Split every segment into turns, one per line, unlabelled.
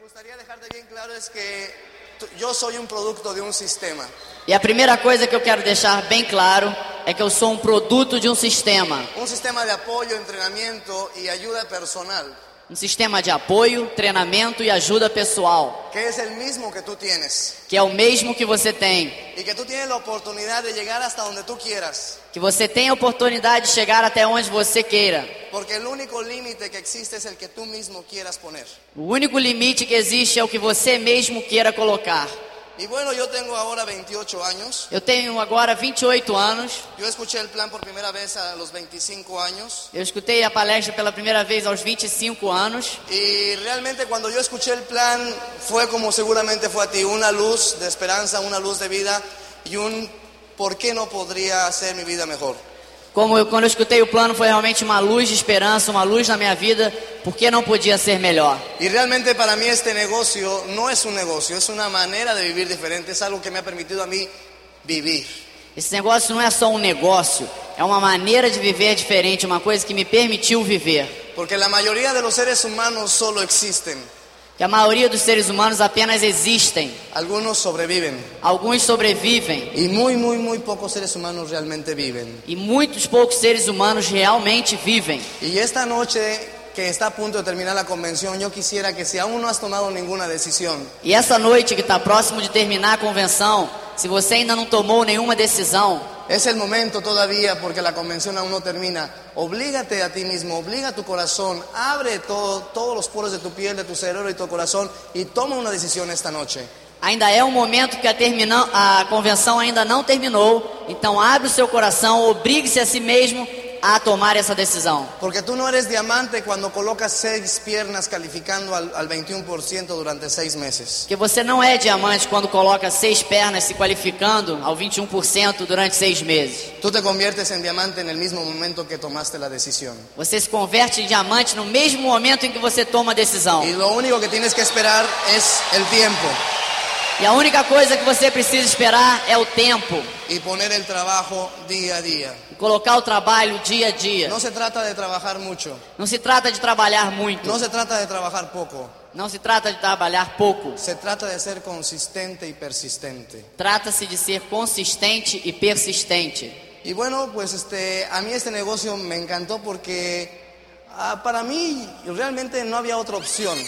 gustaría dejarte bien claro es que tú- yo soy un producto de un sistema.
E a primeira coisa que eu quero deixar bem claro é que eu sou um produto de um sistema.
Un sistema de apoyo, entrenamiento y ayuda personal,
Um sistema de apoio, treinamento e ajuda pessoal,
que es el mismo que tú tienes.
que é o mesmo que você tem.
Y que tú tienes la oportunidad de llegar hasta donde tú quieras.
Que você tem a oportunidade de chegar até onde você queira.
Porque el único límite que existe es el que tú mismo quieras poner.
O único limite que existe é o que você mesmo queira colocar.
Y bueno, yo tengo ahora 28 años.
Eu tenho agora 28 anos.
Yo escuché el plan por primera vez a los 25 años.
Eu escutei a palestra pela primeira vez aos 25 anos.
Y realmente cuando yo escuché el plan fue como seguramente fue a ti, una luz de esperanza, una luz de vida y un por qué no podría hacer mi vida mejor.
Como eu, quando eu escutei o plano, foi realmente uma luz de esperança, uma luz na minha vida, porque não podia ser melhor.
Y realmente para mí este negocio no es un negocio, es una manera de vivir diferente, es algo que me ha permitido a mí vivir.
Esse negócio não é só um negócio, é uma maneira de viver diferente, uma coisa que me permitiu viver.
Porque la mayoría de los seres humanos solo existen,
Que a maioria dos seres humanos apenas existem,
algunos sobreviven
alguns sobrevivem
y muy, muy, muy pocos seres humanos realmente viven.
e muitos poucos seres humanos realmente vivem.
Y esta noche que está a punto de terminar la convención, yo quisiera que si aún no has tomado ninguna decisión,
E essa noite que está próximo de terminar a convenção, se você ainda não tomou nenhuma decisão,
Es el momento todavía porque la convención aún no termina. Oblígate a ti mismo, obliga a tu corazón, abre todo, todos los poros de tu piel, de tu cerebro y tu corazón y toma una decisión esta noche.
ainda é um momento que a, termina- a convenção ainda não terminou. Então abre o seu coração, obrigue-se a si mesmo a tomar essa decisão.
Porque tú no eres diamante cuando colocas seis piernas calificando al, al 21% durante seis meses.
Porque você não é diamante quando coloca seis pernas se qualificando ao 21% durante seis meses.
Tú te conviertes en diamante en el mismo momento que tomaste la decisión.
Você se converte em diamante no mesmo momento em que você toma a decisão.
Y lo único que tienes que esperar es el tiempo
E a única coisa que você precisa esperar é o tempo.
y poner el trabajo día a día.
E colocar o trabalho dia a dia.
No se trata de trabajar mucho,
Não se trata de trabalhar muito.
no se trata de trabajar poco.
Não se trata de trabalhar pouco.
Se trata de ser consistente y persistente.
Trata-se de ser consistente e persistente.
Y bueno, pues este, a mí este negocio me encantó porque ah, para mí realmente no había otra opción.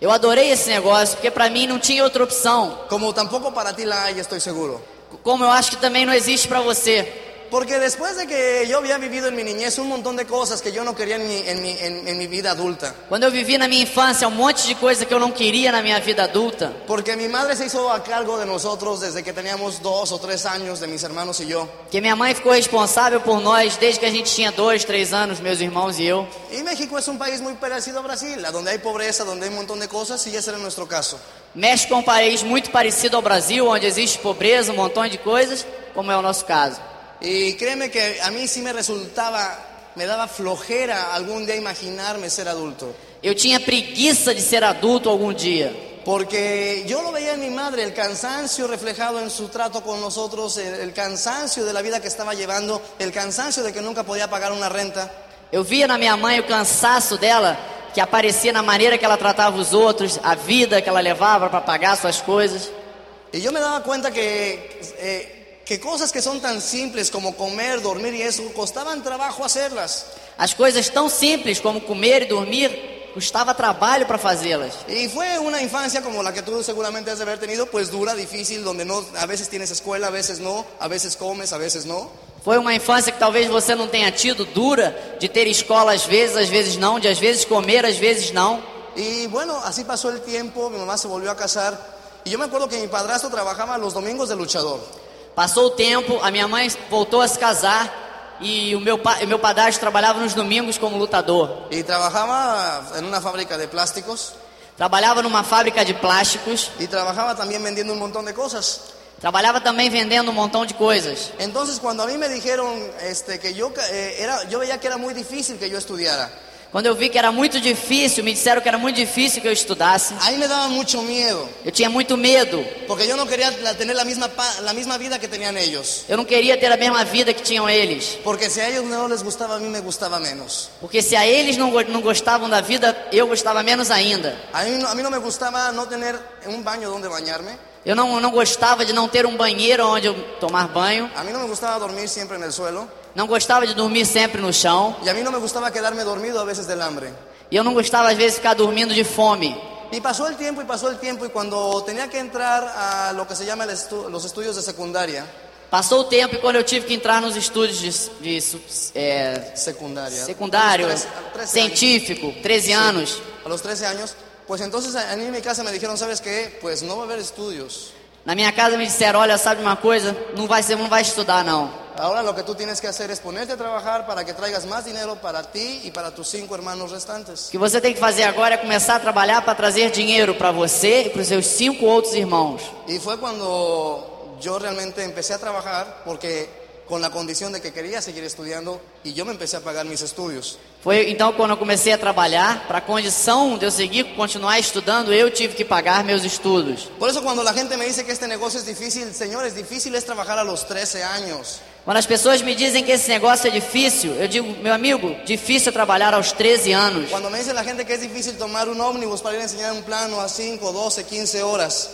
Eu adorei esse negócio porque para mim não tinha outra opção.
Como tampoco para ti la hay, estoy seguro.
Como eu acho que também não existe para você.
Porque después de que yo había vivido en mi niñez un montón de cosas que yo no quería en mi, en mi- en- en mi vida adulta.
Quando eu vivi na minha infância um monte de coisa que eu não queria na minha vida adulta,
Porque mi madre se hizo a cargo de nosotros desde que teníamos dos o tres años, de mis hermanos y yo.
que minha mãe ficou responsável por nós desde que a gente tinha dois, três anos, meus irmãos e eu.
Y México es un país muy parecido a Brasil, a donde hay pobreza, donde hay un montón de cosas, y ese era nuestro caso.
México é um país muito parecido ao Brasil, onde existe pobreza, um montão de coisas, como é o nosso caso.
Y créeme que a mí sí me resultaba, me daba flojera algún día imaginarme ser adulto.
Eu tinha preguiça de ser adulto algum dia.
Porque yo lo veía en mi madre, el cansancio reflejado en su trato con nosotros, el, el cansancio de la vida que estaba llevando, el cansancio de que nunca podía pagar una renta.
Eu via na minha mãe o cansaço dela, que aparecia na maneira que ela tratava os outros, a vida que ela levava para pagar suas coisas.
Y yo me daba cuenta que, eh, que cosas que son tan simples como comer, dormir y eso, costaban trabajo hacerlas.
As coisas tão simples como comer e dormir custava trabalho para fazê-las.
Y fue una infancia como la que tú seguramente has de haber tenido, pues dura, difícil, donde no, a veces tienes escuela, a veces no, a veces comes, a veces no.
Foi uma infância que talvez você não tenha tido, dura, de ter escola às vezes, às vezes não, de às vezes comer, às vezes não.
Y bueno, así pasó el tiempo, mi mamá se volvió a casar. Y yo me acuerdo que mi padrastro trabajaba los domingos de luchador.
Passou o tempo, a minha mãe voltou a se casar e o meu, pa- e meu padrasto trabalhava nos domingos como lutador.
Y trabajaba en una fábrica de plásticos
Trabalhava numa fábrica de plásticos,
y trabajaba también vendiendo un montón de cosas.
trabalhava também vendendo um montão de coisas.
Entonces cuando a mí me dijeron este, que yo, ca- eh, era, yo veía que era muy difícil que yo estudiara.
Quando eu vi que era muito difícil, me disseram que era muito difícil que eu estudasse.
Ahí me daba mucho miedo,
Eu tinha muito medo.
porque yo no quería la- tener la misma, pa- la misma vida que tenían ellos.
Eu não queria ter a mesma vida que tinham eles.
Porque si a ellos no les gustaba, a mí me gustaba menos.
Porque se a eles não, go- não gostavam da vida, eu gostava menos ainda.
A mí, no- a mí no me gustaba no tener un baño donde bañarme.
Eu não, não gostava de não ter um banheiro onde eu tomar banho.
A mí no me gustaba dormir siempre en el suelo.
Não gostava de dormir sempre no chão.
Y a mí no me gustaba quedarme dormido a veces del hambre.
E eu não gostava, às vezes, de ficar dormindo de fome.
Y pasó el tiempo y pasó el tiempo y cuando tenía que entrar a lo que se llama el estu- los estudios de secundaria,
Passou o tempo e quando eu tive que entrar nos estudos de, de su- é,
secundaria,
secundário,
a los 13 a los 13 años.
científico, 13 anos,
a los 13 anos, pues entonces a a mí en mi casa me dijeron, ¿sabes qué? Pues no va a haber estudios.
na minha casa me disseram, olha, sabe uma coisa? Não vai, ser, não vai estudar, não.
Ahora lo que tú tienes que hacer es ponerte a trabajar para que traigas más dinero para ti y para tus cinco hermanos
O
restantes.
que você tem que fazer agora é começar a trabalhar para trazer dinheiro para você e para os seus cinco outros irmãos.
Y fue cuando yo realmente empecé a trabajar porque con la condición de que quería seguir estudiando y yo me empecé a pagar mis estudios.
Foi então quando eu comecei a trabalhar, para a condição de eu seguir, continuar estudando, eu tive que pagar meus estudos.
Por eso cuando la gente me dice que este negocio es difícil, señores, difícil es trabajar a los 13 años.
Quando as pessoas me dizem que esse negócio é difícil, eu digo, meu amigo, difícil é trabalhar aos 13 anos.
Cuando me dice la gente que es difícil tomar un ómnibus para ir a enseñar un plano a 5, 12, 15 horas.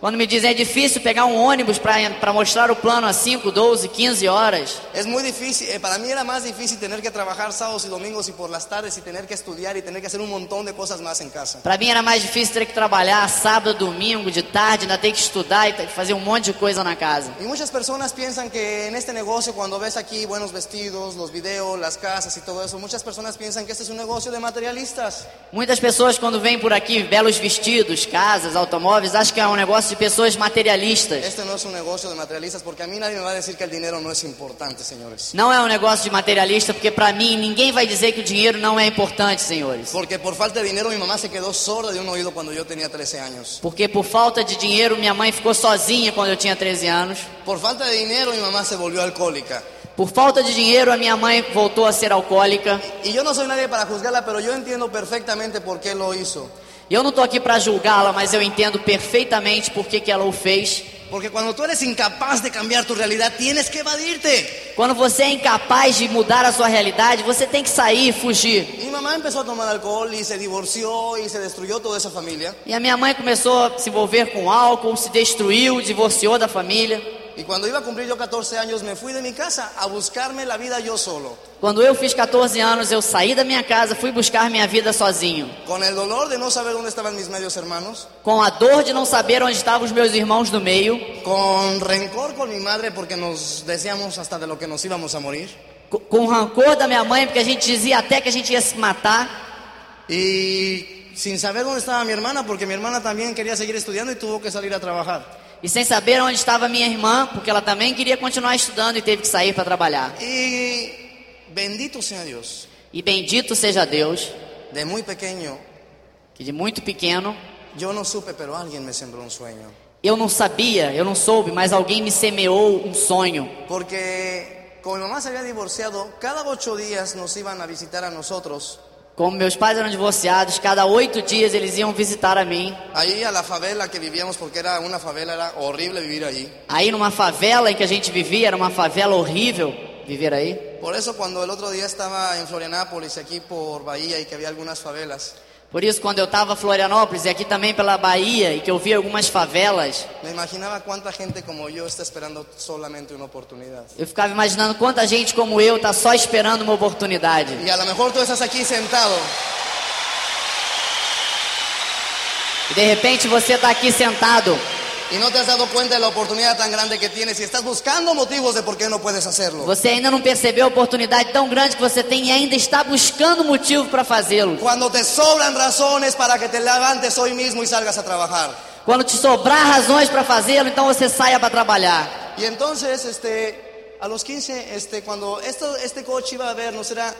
Quando me dizem é difícil pegar um ônibus para mostrar o plano a 5, 12, 15 horas.
Es muy difícil, eh, para mí era más difícil tener que trabajar sábados y domingos y por las tardes y tener que estudiar y tener que hacer un montón de cosas más en casa.
Para mim era mais difícil ter que trabalhar sábado, domingo, de tarde, ainda ter que estudar e ter que fazer um monte de coisa na casa.
Y muchas personas piensan que en este negocio, cuando ves aquí buenos vestidos, los videos, las casas y todo eso, muchas personas piensan que este es un negocio de materialistas.
Muitas pessoas quando vêm por aqui, belos vestidos, casas, automóveis, acham que é um negócio de pessoas materialistas.
Este no es un negocio de materialistas porque a mí nadie me va a decir que el dinero no es importante, señores.
Não é um negócio de materialista, porque para mim ninguém vai dizer que o dinheiro não é importante, senhores.
Porque por falta de dinero mi mamá se quedó sorda de un oído cuando yo tenía 13 años.
Porque por falta de dinheiro minha mãe ficou sozinha quando eu tinha 13 anos.
Por falta de dinero mi mamá se volvió alcohólica.
Por falta de dinheiro a minha mãe voltou a ser alcoólica.
Y yo no soy nadie para juzgarla, pero yo entiendo perfectamente por qué lo hizo.
E Eu não tô aqui para julgá-la, mas eu entendo perfeitamente por que, que ela o fez.
Porque cuando tú eres incapaz de cambiar tu realidad, tienes que evadirte.
Quando você é incapaz de mudar a sua realidade, você tem que sair e fugir.
Mi mamá empezó a tomar alcohol y se divorció y se destruyó toda esa familia.
E a minha mãe começou a se envolver com álcool, se destruiu, divorciou da família.
Y cuando iba a cumplir yo 14 años, me fui de mi casa a buscarme la vida yo solo.
Quando eu fiz 14 anos, eu saí da minha casa, fui buscar minha vida sozinho.
Con el dolor de no saber dónde estaban mis medios hermanos,
Com a dor de não saber onde estavam os meus irmãos no meio,
con rencor con mi madre porque nos deseamos hasta de lo que nos íbamos a morir.
co- com o rancor da minha mãe, porque a gente dizia até que a gente ia se matar.
Y sin saber dónde estaba mi hermana porque mi hermana también quería seguir estudiando y tuvo que salir a trabajar.
E sem saber onde estava minha irmã, porque ela também queria continuar estudando e teve que sair para trabalhar.
Y bendito sea Dios,
E bendito seja Deus,
de muy pequeño
que de muito pequeno
yo no supe, pero alguien me sembró un sueño.
eu não sabia, eu não soube, mas alguém me semeou um sonho.
Porque como mi mamá se había divorciado, cada ocho días nos iban a visitar a nosotros,
Como meus pais eram divorciados, cada oito dias eles iam visitar a mim.
ahí a la favela que vivíamos, porque era una favela, era horrible vivir allí.
Aí numa favela em que a gente vivia, era uma favela horrível viver aí.
Por eso cuando el otro día estaba en Florianápolis, aquí por Bahía, y que había algunas favelas,
Por isso, quando eu estava em Florianópolis e aqui também pela Bahia, e que eu vi algumas favelas,
me imaginaba cuánta gente como yo está esperando solamente una oportunidad.
eu ficava imaginando quanta gente como eu tá só esperando uma oportunidade.
Y a lo mejor tú estás aquí sentado
E de repente você tá aqui sentado
y no te has dado cuenta de la oportunidad tan grande que tienes y estás buscando motivos de por qué no puedes hacerlo.
Você ainda não percebeu a oportunidade tão grande que você tem e ainda está buscando motivo para fazê-lo.
Cuando te sobran razones para que te levantes hoy mismo y salgas a trabajar.
Quando te sobrar razões para fazê-lo, então você saia para trabalhar.
Y entonces, este, a los 15, este, cuando esto, este coche iba a vernos, era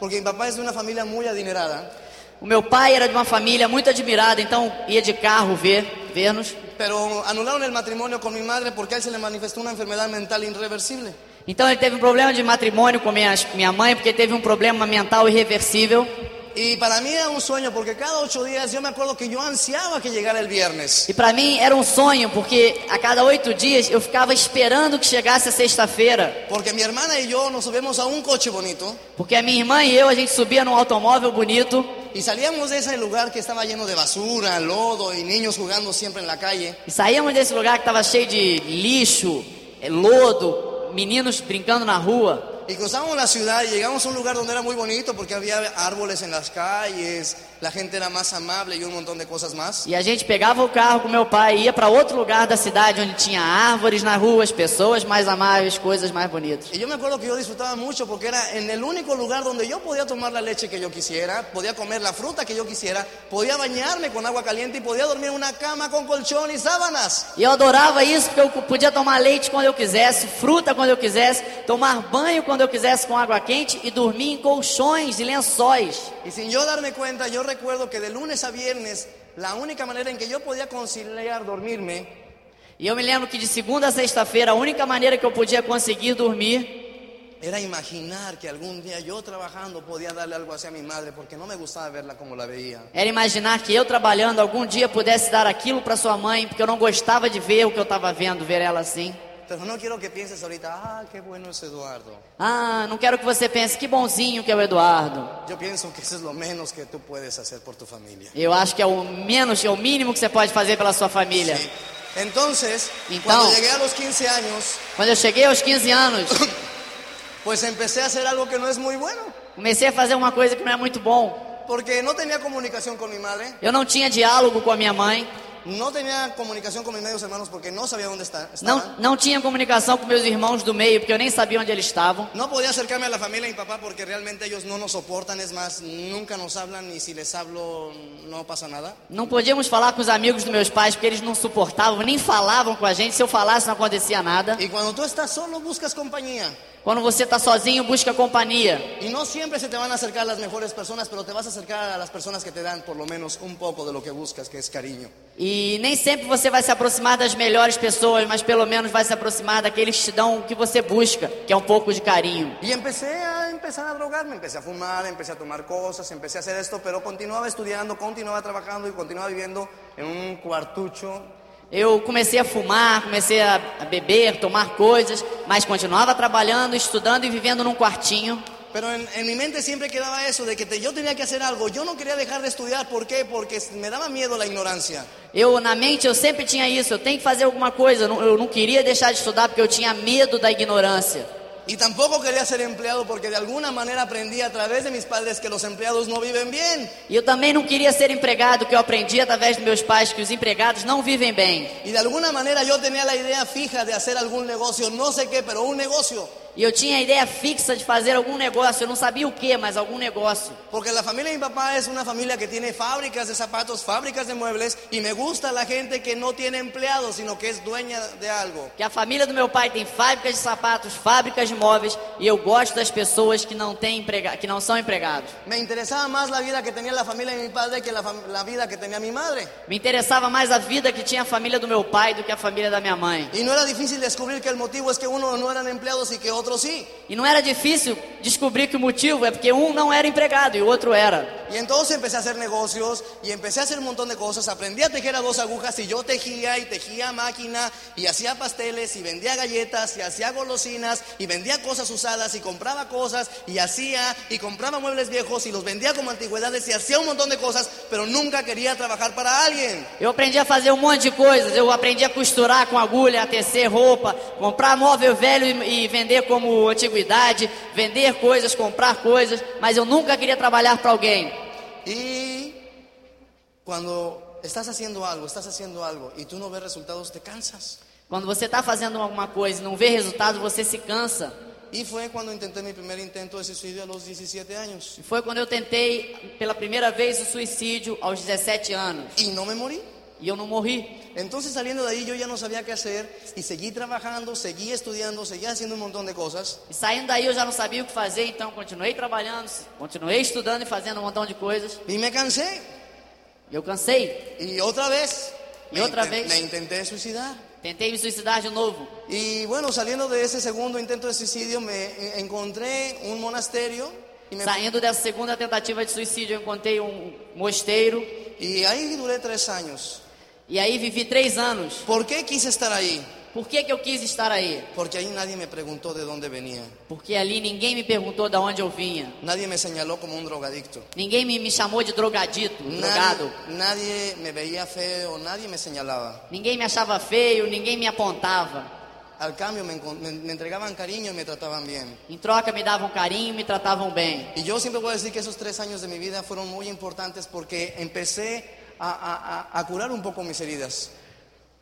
porque mi papá es de una familia muy adinerada,
O meu pai era de uma família muito admirada, então ia de carro ver, ver-nos.
pero anularon el matrimonio con mi madre porque a él se le manifestó una enfermedad mental irreversible.
Então ele teve um problema de matrimônio com minha, minha mãe, porque teve um problema mental irreversível.
Y para mí era un sueño porque cada ocho días yo me acuerdo que yo ansiaba que llegara el viernes.
E para mim era um sonho, porque a cada oito dias eu ficava esperando que chegasse a sexta-feira.
Porque mi hermana y yo nos subimos a un coche bonito
Porque a minha irmã e eu, a gente subia num automóvel bonito
y salíamos de ese lugar que estaba lleno de basura, lodo y niños jugando siempre en la calle.
e saíamos desse lugar que estava cheio de lixo, eh, lodo, meninos brincando na rua.
Y cruzamos la ciudad y llegamos a un lugar donde era muy bonito porque había árboles en las calles, la gente era más amable y un montón de cosas más.
E a gente pegava o carro com meu pai e ia para outro lugar da cidade onde tinha árvores na rua, as pessoas mais amáveis, coisas mais bonitas.
Y yo me acuerdo que yo disfrutaba mucho porque era en el único lugar donde yo podía tomar la leche que yo quisiera, podía comer la fruta que yo quisiera, podía bañarme con agua caliente y podía dormir en una cama con colchón y sábanas.
E eu adorava isso porque eu podia tomar leite quando eu quisesse, fruta quando eu quisesse, tomar banho quando eu quisesse com água quente e dormir em colchões e lençóis.
Y sin yo darme cuenta, yo recuerdo que de lunes a viernes la única manera en que yo podía conciliar dormirme
E eu me lembro que de segunda a sexta-feira a única maneira que eu podia conseguir dormir
era imaginar que algún día yo trabajando podía darle algo así a mi madre porque no me gustaba verla como la veía.
era imaginar que eu trabalhando algum dia pudesse dar aquilo para sua mãe, porque eu não gostava de ver o que eu estava vendo, ver ela assim.
Pero no quiero que pienses ahorita, ah, qué bueno es Eduardo.
Ah, não quero que você pense que bonzinho que é o Eduardo.
Yo pienso que eso es lo menos que tú puedes hacer por tu familia.
Eu acho que é o menos, é o mínimo que você pode fazer pela sua família.
Sí. Entonces,
Então.
cuando llegué a los 15 años,
Quando eu cheguei aos 15 anos,
pues empecé a hacer algo que no es muy bueno,
comecei a fazer uma coisa que não é muito bom.
porque no tenía comunicación con mi madre,
Eu não tinha diálogo com a minha mãe,
no tenía comunicación con mis medios hermanos porque no sabía dónde esta- estaban.
não, não tinha comunicação com meus irmãos do meio, porque eu nem sabia onde eles estavam.
No podía acercarme a la familia y mi papá porque realmente ellos no nos soportan, es más, nunca nos hablan y si les hablo no pasa nada.
Não podíamos falar com os amigos dos meus pais, porque eles não suportavam, nem falavam com a gente. Se eu falasse, não acontecia nada.
Y cuando tú estás solo buscas compañía
Quando você está sozinho, busca companhia.
y no siempre se te van a acercar las mejores personas, pero te vas a acercar a las personas que te dan por lo menos un poco de lo que buscas, que es cariño.
E nem sempre você vai se aproximar das melhores pessoas, mas pelo menos vai se aproximar daqueles que te dão o que você busca, que é um pouco de carinho.
Y empecé a empezar a drogarme, empecé a fumar, empecé a tomar cosas, empecé a hacer esto, pero continuaba estudiando, continuaba trabajando y continuaba viviendo en un cuartucho.
Eu comecei a fumar, comecei a a beber, tomar coisas, mas continuava trabalhando, estudando e vivendo num quartinho.
Pero en, en mi mente siempre quedaba eso de que te- yo tenía que hacer algo. Yo no quería dejar de estudiar, ¿por qué? Porque me daba miedo la ignorancia.
Eu, na mente, eu sempre tinha isso. Eu tenho que fazer alguma coisa. Eu não, eu não queria deixar de estudar porque eu tinha medo da ignorância.
Y tampoco quería ser empleado porque de alguna manera aprendí a través de mis padres que los empleados no viven bien.
E eu também não queria ser empregado, que eu aprendi através dos meus pais que os empregados não vivem bem.
Y de alguna manera yo tenía la idea fija de hacer algún negocio, no sé qué, pero un negocio.
E eu tinha a ideia fixa de fazer algum negócio. Eu não sabia o que, mas algum negócio.
Porque la familia de mi papá es una familia que tiene fábricas de zapatos, fábricas de muebles, y me gusta la gente que no tiene empleados, sino que es dueña de algo.
Que a família do meu pai tem fábricas de sapatos, fábricas de móveis, e eu gosto das pessoas que não, têm emprega que não são empregados.
Me interesaba más la vida que tenía la familia de mi padre que la, fam- la vida que tenía mi madre.
Me interessava mais a vida que tinha a família do meu pai do que a família da minha mãe.
Y no era difícil descubrir que el motivo es que uno no eran empleados y que otro sí.
E não era difícil descobrir que o motivo é porque um não era empregado e o outro era.
Y entonces empecé a hacer negocios y empecé a hacer un montón de cosas. Aprendí a tejer a dos agujas y yo tejía y tejía a máquina y hacía pasteles y vendía galletas y hacía golosinas y vendía cosas usadas y compraba cosas y hacía y compraba muebles viejos y los vendía como antigüedades y hacía un montón de cosas, pero nunca quería trabajar para alguien.
Eu aprendi a fazer um monte de coisas. Eu aprendi a costurar com agulha, a tecer roupa, comprar móvel velho e, e vender como antiguidade, vender coisas, comprar coisas. Mas eu nunca queria trabalhar para alguém.
Y cuando estás haciendo algo, estás haciendo algo y tú no ves resultados, te cansas.
Quando você está fazendo alguma coisa e não vê resultado, você se cansa.
Y fue cuando intenté mi primer intento de suicidio a los 17 años.
E Foi quando eu tentei pela primeira vez o suicídio aos 17 anos.
Y no me morí.
E eu não morri.
Entonces saliendo de ahí yo ya no sabía qué hacer y seguí trabajando, seguí estudiando, seguí haciendo un montón de cosas.
E saindo daí eu já não sabia o que fazer, então continuei trabalhando, continuei estudando e fazendo um montão de coisas.
Y me cansé.
E eu cansei,
Y otra vez.
Y
me
otra
inten-
vez.
Me intenté suicidar.
tentei me suicidar de novo.
Y bueno, saliendo de esse segundo intento de suicidio me eh, encontré un monasterio Y, me-
Saindo dessa segunda tentativa de suicídio, eu encontrei um mosteiro
y ahí duré tres años.
e aí vivi três anos.
¿Por qué quise estar ahí?
Por que, que eu quis estar aí?
Porque ahí nadie me preguntó de dónde venía.
Porque ali ninguém me perguntou de onde eu vinha.
Nadie me señaló como un drogadicto.
Ninguém me, me chamou de drogadito, drogado.
Nadie, nadie me veía feo, nadie me señalaba.
Ninguém me achava feio, ninguém me apontava.
Al cambio, me, encon- me- me entregaban cariño e me trataban bien.
Em troca, me davam carinho, me tratavam bem.
Y yo siempre voy a decir que esos tres años de mi vida fueron muy importantes porque empecé a, a- a- a curar un poco mis heridas.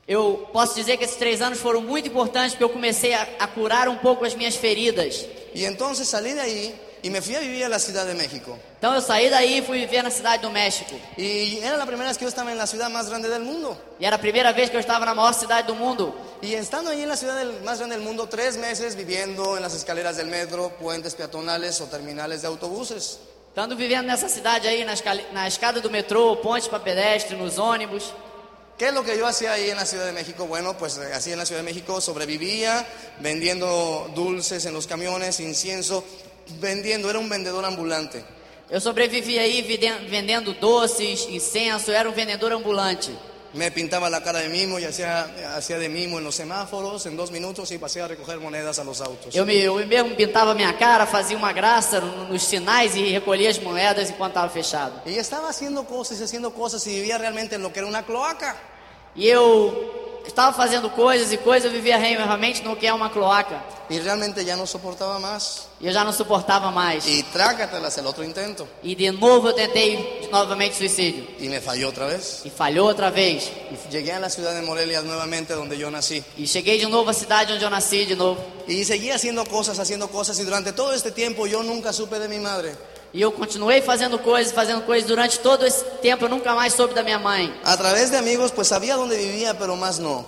Eu posso dizer que esses três anos foram muito importantes porque eu comecei a, a curar um pouco as minhas feridas.
Y entonces salí de ahí y me fui a vivir a la Ciudad de México.
Então eu saí daí e fui viver na cidade do México.
Y era la primera vez que yo estaba en la ciudad más grande del mundo.
E era a primeira vez que eu estava na maior cidade do mundo.
Y estando ahí en la ciudad del- más grande del mundo, tres meses viviendo en las escaleras del metro, puentes peatonales o terminales de autobuses.
Estando vivendo nessa cidade aí, na, escala- na escada do metrô, ponte para pedestre, nos ônibus.
¿Qué es lo que yo hacía ahí en la Ciudad de México? Bueno, pues eh, así en la Ciudad de México sobrevivía vendiendo dulces en los camiones, incienso, vendiendo, era un vendedor ambulante.
Eu sobrevivi aí viden- vendendo doces, incenso, eu era um vendedor ambulante.
Me pintaba la cara de mimo y hacía, hacía de mimo en los semáforos en dos minutos y pasé a recoger monedas a los autos.
Eu, me, eu mesmo pintava minha cara, fazia uma graça no- nos sinais e recolhia as moedas enquanto estava fechado.
Y estaba haciendo cosas y haciendo cosas y vivía realmente en lo que era una cloaca.
E eu estava fazendo coisas e coisas, eu vivia re- realmente no que é uma cloaca.
Y realmente ya no soportaba más.
E eu já não suportaba mais.
Y trácatelas el otro intento.
E de novo eu tentei novamente suicídio.
Y me falló otra vez.
E falhou outra vez.
Y llegué a la ciudad de Morelia nuevamente donde yo nací.
E cheguei de novo à cidade onde eu nasci de novo.
Y seguía haciendo cosas, haciendo cosas. Y durante todo este tiempo yo nunca supe de mi madre.
E eu continuei fazendo coisas, fazendo coisas durante todo esse tempo. Eu nunca mais soube da minha mãe.
A través de amigos, pues sabía dónde vivía, pero más no.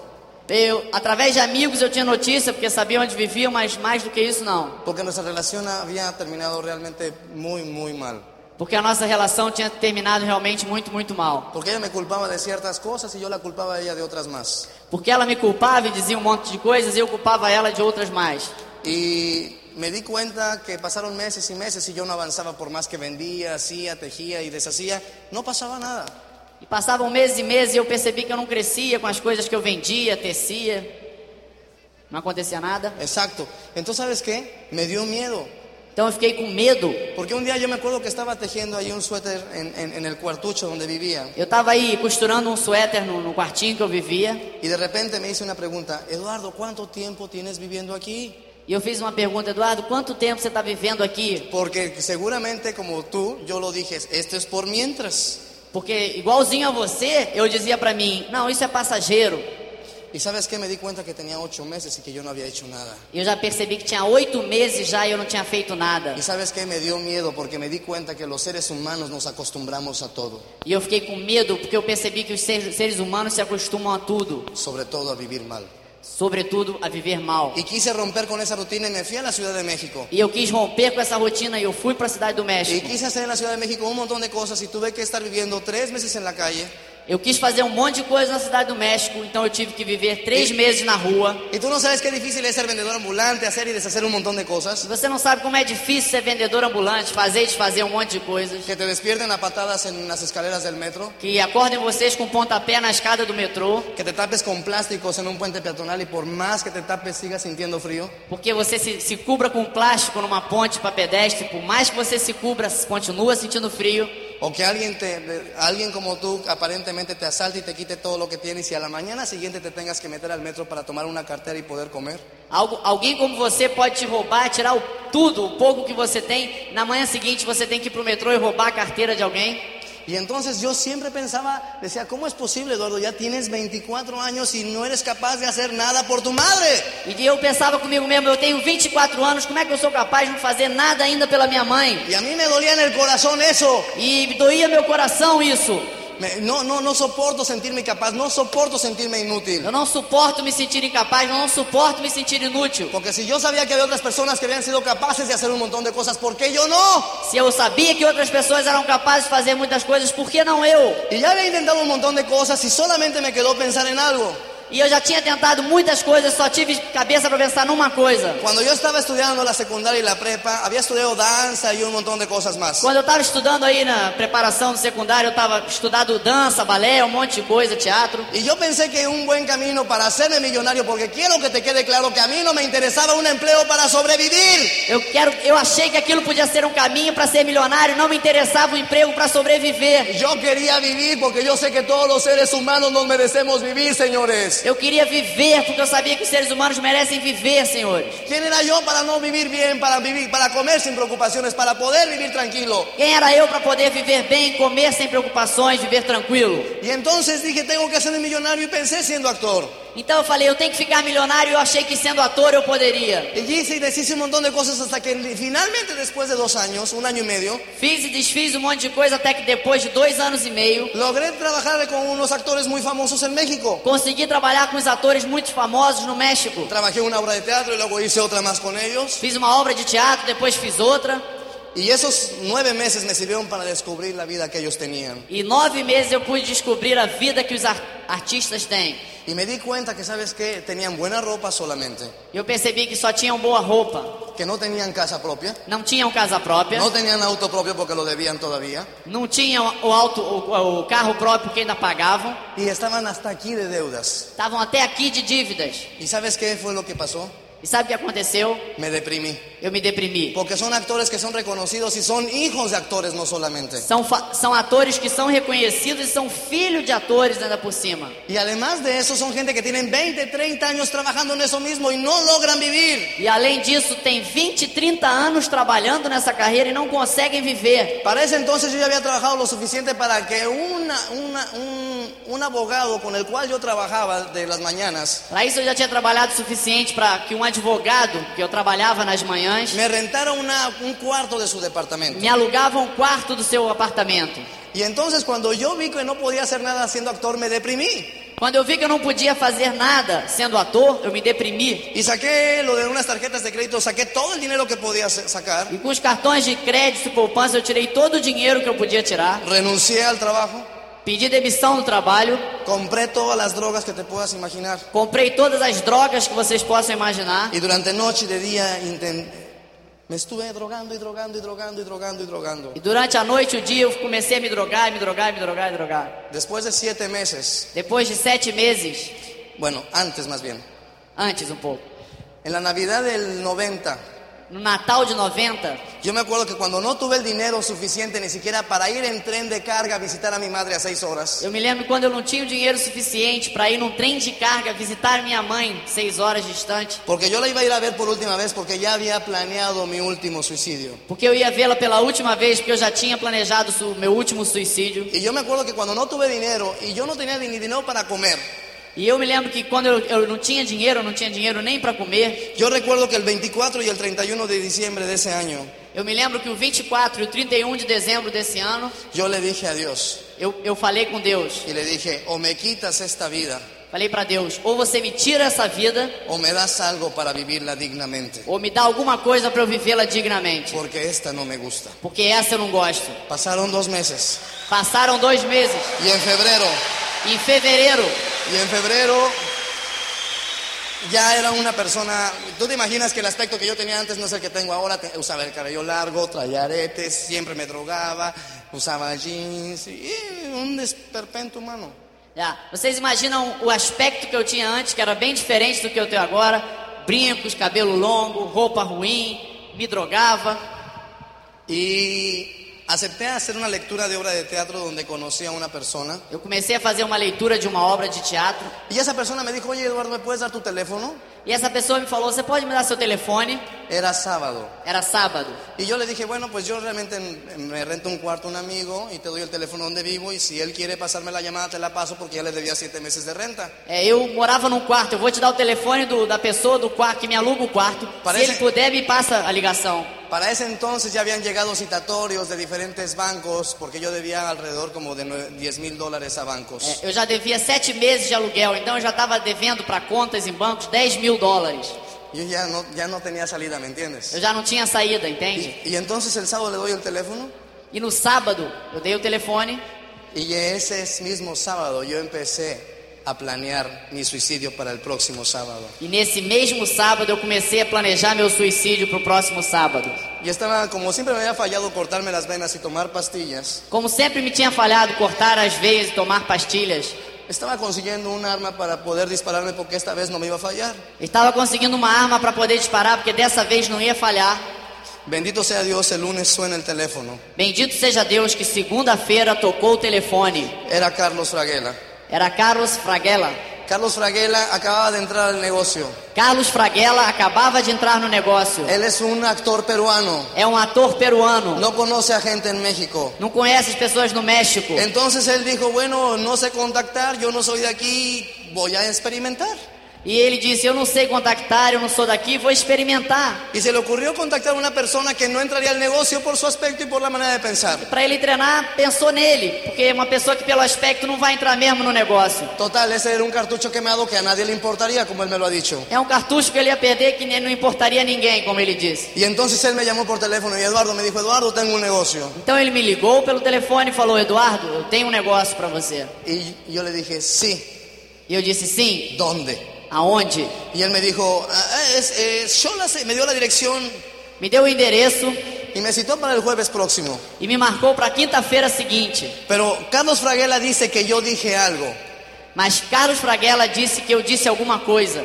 Eu, através de amigos eu tinha notícia, porque sabia onde viviam, mas mais do que isso não.
Porque nuestra relación había terminado realmente muy, muy mal.
Porque a nossa relação tinha terminado realmente muito, muito mal.
Porque ella me culpaba de ciertas cosas y yo la culpaba a ella de otras más.
Porque ela me culpava e dizia um monte de coisas e eu culpava ela de outras mais.
Y me di cuenta que pasaron meses y meses y yo no avanzaba por más que vendía, hacía, tejía y deshacía. No pasaba nada.
E passavam meses e meses e eu percebi que eu não crescia com as coisas que eu vendia, tecia. Não acontecia nada.
Exacto. Entonces, ¿sabes qué? Me dio miedo.
Então eu fiquei com medo.
Porque un día yo me acuerdo que estaba tejiendo ahí un suéter en, en- en el cuartucho donde vivía.
Eu estava aí costurando um suéter no, no quartinho que eu vivia.
Y de repente me hice una pregunta, Eduardo, ¿cuánto tiempo tienes viviendo aquí?
E eu fiz uma pergunta, Eduardo, quanto tempo você está vivendo aqui?
Porque seguramente como tú, yo lo dije, esto es por mientras.
Porque igualzinho a você, eu dizia pra mim, não, isso é passageiro.
Y sabes qué, me di cuenta que tenía ocho meses y que yo no había hecho nada.
E eu já percebi que tinha oito meses já e eu não tinha feito nada.
Y sabes qué, me dio miedo porque me di cuenta que los seres humanos nos acostumbramos a todo,
E eu fiquei com medo porque eu percebi que os ser- seres humanos se acostumam a tudo,
sobre todo a vivir mal.
sobretudo a viver mal.
Y quise romper con esa rutina y me fui a la Ciudad de México.
E eu quis romper com essa rotina e eu fui pra cidade do
Y
México.
quise hacer en la Ciudad de México un montón de cosas y tuve que estar viviendo tres meses en la calle.
Eu quis fazer um monte de coisa na cidade do México, então eu tive que viver três meses na rua.
Y tú no sabes qué difícil es ser vendedor ambulante, hacer y deshacer un montón de cosas.
Você não sabe como é difícil ser vendedor ambulante, fazer e desfazer um monte de coisas.
Que te despierten a patadas en las escaleras del metro.
Que acordem vocês com um pontapé na escada do metrô,
Que te tapes con plásticos en un puente peatonal y por más que te tapes sigas sintiendo frío.
porque você se, se cubra com um plástico numa ponte para pedestre, por mais que você se cubra, continua sentindo frio.
O que alguien, te, de- alguien como tú aparentemente te asalte y te quite todo lo que tienes y a la mañana siguiente te tengas que meter al metro para tomar una cartera y poder comer.
Algo, alguém como você pode te roubar, tirar o, tudo, o pouco que você tem. Na manhã seguinte você tem que ir pro metrô e roubar a carteira de alguém.
Y entonces yo siempre pensaba, decía, ¿cómo es posible, Eduardo? Ya tienes 24 años y no eres capaz de hacer nada por tu madre.
E eu pensava comigo mesmo, eu tenho 24 anos, como é que eu sou capaz de não fazer nada ainda pela minha mãe?
Y a mí me dolía en el corazón eso.
E doía meu coração isso.
Me- no, no, no soporto sentirme incapaz, no soporto sentirme inútil.
Eu não suporto me sentir incapaz, eu não suporto me sentir inútil.
Porque si yo sabía que había otras personas que habían sido capaces de hacer un montón de cosas, ¿por qué yo no?
Se eu sabia que outras pessoas eram capazes de fazer muitas coisas, por que não eu?
Y ya había intentado un montón de cosas y solamente me quedó pensar en algo.
E eu já tinha tentado muitas coisas, só tive cabeça para pensar numa coisa.
Cuando yo estaba estudiando la secundaria y la prepa, había estudiado danza y un montón de cosas más.
Quando eu estava estudando aí na preparação do secundário, eu estava estudando dança, balé, um monte de coisa, teatro.
Y yo pensé que un buen camino para hacerme millonario, porque quiero que te quede claro que a mí no me interesaba un empleo para sobrevivir.
Eu quero, eu achei que aquilo podia ser um caminho para ser milionário, não me interessava o emprego para sobreviver.
Yo quería vivir porque yo sé que todos los seres humanos nos merecemos vivir, señores.
Eu queria viver porque eu sabia que os seres humanos merecem viver, senhores.
¿Quién era yo para no vivir bien, para vivir, para comer sin preocupaciones, para poder vivir tranquilo?
Quem era eu para poder viver bem, comer sem preocupações, viver tranquilo?
Y entonces dije, tengo que hacerme millonario y pensé siendo actor.
Então eu falei, eu tenho que ficar milionário, eu achei que sendo ator eu poderia.
Y hice y deshice un montón de cosas hasta que finalmente después de dos años, un año y medio,
Fiz e desfiz um monte de coisa até que depois de dois anos e meio
logré trabajar con unos actores muy famosos en México.
consegui trabalhar com os atores muito famosos no México.
Trabajé una obra de teatro y luego hice otra más con ellos.
Fiz uma obra de teatro, depois fiz outra.
Y esos nueve meses me sirvieron para descubrir la vida que ellos tenían.
E nove meses eu pude descobrir a vida que os ar- artistas têm.
Y me di cuenta que, ¿sabes qué? Tenían buena ropa solamente,
Eu percebi que só tinham boa roupa,
que no tenían casa propia,
não tinham casa própria,
no tenían auto propio porque lo debían todavía,
não tinham o, auto, o, o carro próprio que ainda pagavam,
y estaban hasta aquí de deudas.
estavam até aqui de dívidas.
¿Y sabes qué fue lo que pasó?
E sabe o que aconteceu?
Me deprimí.
Eu me deprimi.
Porque son actores que son reconocidos y son hijos de actores, no solamente.
São, fa- são atores que são reconhecidos e são filho de atores ainda por cima.
Y además de eso, son gente que tienen 20, 30 años trabajando en eso mismo y no logran vivir.
E além disso, tem 20, 30 anos trabalhando nessa carreira e não conseguem viver.
Para ese entonces yo ya había trabajado lo suficiente para que una, una- un, un abogado con el cual yo trabajaba de las mañanas
Para isso eu já tinha trabalhado o suficiente para que um advogado, que eu trabalhava nas manhãs,
me rentara una- un cuarto de su departamento.
me alugava um quarto do seu apartamento.
Y entonces cuando yo vi que no podía hacer nada siendo actor, me deprimí.
Quando eu vi que eu não podia fazer nada sendo ator, eu me deprimi.
Y saqué lo de unas tarjetas de crédito, saqué todo el dinero que podía sa- sacar.
E com os cartões de crédito e poupança eu tirei todo o dinheiro que eu podia tirar,
Renuncié al trabajo,
pedi demissão do trabalho,
compré todas las drogas que te puedas imaginar.
comprei todas as drogas que vocês possam imaginar.
Y durante noche y de día inten- me estuve drogando y drogando y drogando y drogando y drogando.
E durante a noite e o dia eu comecei a me drogar, me drogar, me drogar, me drogar.
Después de siete meses,
Depois de sete meses,
bueno, antes más bien,
antes um pouco,
en la Navidad del 90,
no Natal de 90,
yo me acuerdo que cuando no tuve el dinero suficiente ni siquiera para ir en tren de carga a visitar a mi madre a seis horas,
eu me lembro quando eu não tinha o dinheiro suficiente para ir num trem de carga visitar minha mãe, seis horas distante,
porque yo la iba a ir a ver por última vez porque ya había planeado mi último suicidio.
porque eu ia vê-la pela última vez, porque eu já tinha planejado o su- meu último suicídio.
Y yo me acuerdo que cuando no tuve dinero y yo no tenía ni dinero para comer,
E eu me lembro que quando eu, eu não tinha dinheiro, eu não tinha dinheiro nem para comer,
yo recuerdo que el 24 y el 31 de diciembre de ese año,
eu me lembro que o 24 e o 31 de dezembro desse ano,
yo le dije a Dios,
eu, eu falei com Deus,
Y le dije, o me quitas esta vida
falei para Deus, ou você me tira essa vida,
o me das algo para vivirla dignamente,
ou me dá alguma coisa para eu vivê-la dignamente,
porque esta no me gusta.
porque essa eu não gosto.
Pasaron dos meses
Passaram dois meses.
y en febrero,
Em fevereiro,
y en febrero ya era una persona, tú te imaginas que el aspecto que yo tenía antes no es el que tengo ahora, Te- usaba el cabello largo, traía aretes, siempre me drogaba, usaba jeans y un desperpento humano.
já, vocês imaginam o aspecto que eu tinha antes, que era bem diferente do que eu tenho agora? Brincos, cabelo longo, roupa ruim, me drogava.
Y acepté hacer una lectura de obra de teatro donde conocí a una persona
Eu comecei a fazer uma leitura de uma obra de teatro
Y esa persona me dijo, oye Eduardo, ¿me puedes dar tu teléfono?
e essa pessoa me falou: Você pode me dar seu telefone?
Era sábado.
Era sábado.
Y yo le dije, bueno, pues yo realmente mm, me rento un cuarto a un amigo y te doy el teléfono donde vivo y si él quiere pasarme la llamada te la paso porque ya le debía siete meses de renta.
É, eu morava num quarto, eu vou te dar o telefone do- da pessoa do quarto, que me aluga o quarto.
Parece-
Se ele puder, me passa a ligação.
Para ese entonces ya habían llegado citatorios de diferentes bancos porque yo debía alrededor como de nue- 10 mil dólares a bancos.
É, eu já devia sete meses de aluguel, então eu já estava devendo para contas em bancos 10 mil dólares.
Yo ya no, ya no tenía salida, ¿me
Eu
entiendes?
já não tinha saída, entende?
Y entonces el sábado le doy el teléfono
E no sábado, eu dei o telefone
y ese mismo sábado yo empecé a planear mi suicidio para el próximo sábado.
E nesse mesmo sábado eu comecei a planejar meu suicídio para o próximo sábado.
Y estaba, como siempre me había fallado cortarme las venas y tomar pastillas,
Como sempre me tinha falhado cortar as veias e tomar pastilhas,
estaba consiguiendo un arma para poder dispararme porque esta vez no me iba a fallar.
estava conseguindo uma arma para poder disparar, porque dessa vez não ia falhar.
Bendito sea Dios, el lunes suena el teléfono.
Bendito seja Deus que segunda-feira tocou o telefone.
Era Carlos Fraguela.
Era Carlos Fraguela.
Carlos Fraguela acababa de entrar al negocio.
Carlos Fraguela acabava de entrar no negócio.
Él es un actor peruano.
É um ator peruano.
No conoce a gente en México.
Não conhece as pessoas no México.
Entonces él dijo, bueno, no sé contactar, yo no soy de aquí, voy a experimentar.
E ele disse: Eu não sei contactar, eu não sou daqui, vou experimentar.
Y se le ocurrió contactar a una persona que no entraría al negocio por su aspecto y por la manera de pensar.
Para ele treinar, pensou nele, porque é uma pessoa que, pelo aspecto, não vai entrar mesmo no negócio.
Total, ese era un cartucho quemado que a nadie le importaría, como él me lo ha dicho.
É um cartucho que ele ia perder que nem- não importaria a ninguém, como ele disse.
Y entonces él me llamó por teléfono y Eduardo me dijo, Eduardo, tengo un negocio.
Então ele me ligou pelo telefone e falou: Eduardo, eu tenho um negócio para você.
Y yo le dije, sí,
E eu disse: Sim,
¿dónde?
aonde?
Y él me dijo, "Ah, es, es Xolase". me dio la dirección
Me deu o endereço
y me citó para el jueves próximo.
e me marcou para quinta-feira seguinte.
Pero Carlos Fraguela dice que yo dije algo.
Mas Carlos Fraguela disse que eu disse alguma coisa.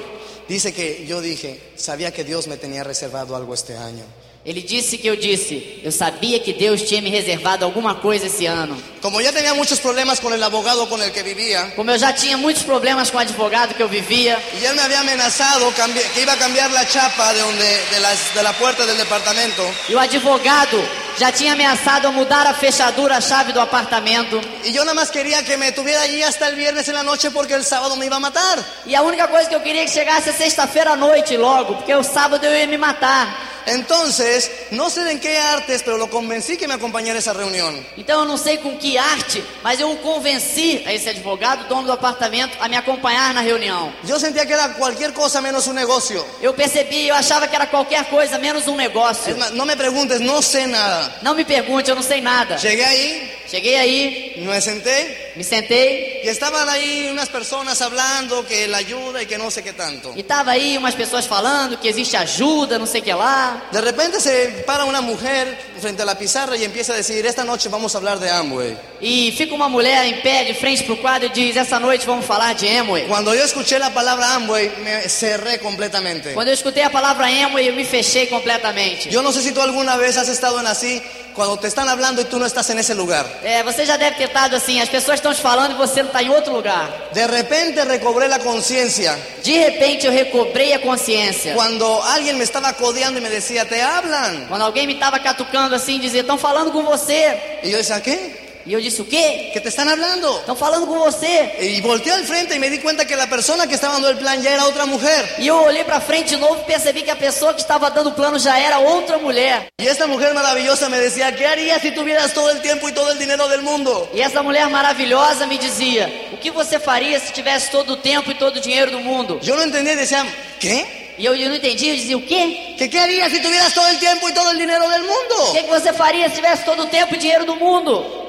Dice que yo dije, sabía que Dios me tenía reservado algo este año.
Ele disse que eu disse: Eu sabia que Deus tinha me reservado alguma coisa esse ano.
Como ya tenía muchos problemas con el abogado con el que vivía,
Como eu já tinha muitos problemas com o advogado que eu vivia,
Y él me había amenazado cambi- que iba a cambiar la chapa de, donde, de, las- de la puerta del departamento.
e o advogado já tinha ameaçado a mudar a fechadura, a chave do apartamento.
Y yo nada más quería que me tuviera allí hasta el viernes en la noche porque el sábado me iba a matar.
E a única coisa que eu queria é que chegasse a sexta-feira à noite logo, porque o sábado eu ia me matar.
Entonces, no sé en qué artes, pero lo convencí que me acompañara a esa reunión.
Então eu não sei com que arte, mas eu o convenci a esse advogado, dono do apartamento, a me acompanhar na reunião.
Yo sentía que era cualquier cosa menos un negocio.
Eu percebi, eu achava que era qualquer coisa, menos um
Es
negócio.
más, no me preguntes, no sé nada.
Não me pergunte, eu não sei nada.
Llegué ahí,
Cheguei aí,
me senté
me sentei
y estaban ahí unas personas hablando que la ayuda y que no sé qué tanto.
e tava aí umas pessoas falando que existe ajuda, não sei o que lá.
De repente se para una mujer frente a la pizarra y empieza a decir, esta noche vamos a hablar de Amway.
E fica uma mulher em pé de frente pro quadro e diz: Essa noite vamos falar de Amway.
Cuando yo escuché la palabra Amway, me cerré completamente.
Quando eu escutei a palavra Amway, eu me fechei completamente.
Yo no sé si tú alguna vez has estado en así, cuando te están hablando y tú no estás en ese lugar.
É, você já deve ter estado assim, as pessoas estão te falando e você não está em outro lugar.
De repente recobré la conciencia
De repente eu recobrei a consciência.
cuando alguien me estaba codeando y me decía, te hablan.
Quando alguém me estava catucando assim, dizia, estão falando com você.
Y yo decía, ¿quê?
E eu disse, o quê?
¿Que te están hablando?
Estão falando com você.
Y volteé al frente y me di cuenta que la persona que estaba dando el plan ya era otra mujer.
E eu olhei pra frente de novo e percebi que a pessoa que estava dando o plano já era outra mulher.
Y esta mujer maravillosa me decía, ¿qué harías si tuvieras todo el tiempo y todo el dinero del mundo?
E essa mulher maravilhosa me dizia: O que você faria se tivesse todo o tempo e todo o dinheiro do mundo?
Yo no entendía y decía, ¿quê?
E eu não entendi, eu dizia: O quê?
¿Que qué harías si tuvieras todo el tiempo y todo el dinero del
O que,
mundo?
que você faria se tivesse todo o tempo e dinheiro do mundo?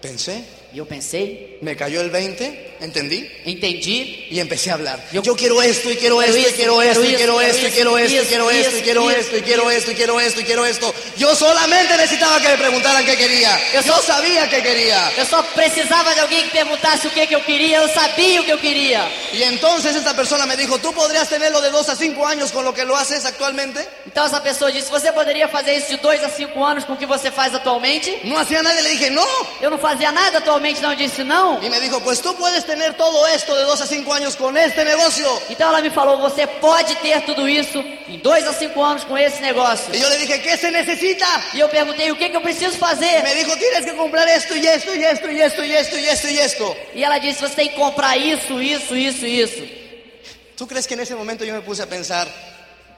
Pensé,
E eu pensei,
Me cayó el 20, entendí,
entendi.
y empecé a hablar.
Yo-
Yo, quiero esto, y quiero esto, y quiero esto, y quiero esto, y quiero esto, y quiero esto, y quiero esto, y quiero esto, y quiero esto, y quiero esto. Yo solamente necesitaba que me preguntaran qué quería.
Yo
Yo
so-
sabía qué quería.
Eu só precisava de alguém que perguntasse o que, que eu queria, eu sabia o que eu queria.
Y entonces esta persona me dijo, ¿tú podrías tenerlo de dos a cinco años con lo que lo haces actualmente?
Então essa pessoa disse: Você poderia fazer isso de dois a cinco anos com o que você faz atualmente?
No hacía nada y le dije, no.
Eu não fazia nada atualmente, não. Eu disse: Não.
Y me dijo, pues tú puedes tener todo esto de dos a cinco anos con este negocio.
Então ela me falou: Você pode ter tudo isso em dois a cinco anos com esse negócio.
Y yo le dije, ¿qué se necesita?
E eu perguntei o que, que eu preciso
Y
fazer.
me dijo, tienes que comprar esto y esto y esto y esto y esto y esto y esto.
E ela disse: você tem que comprar isso, isso, isso, isso.
¿Tú crees que en ese momento yo me puse a pensar,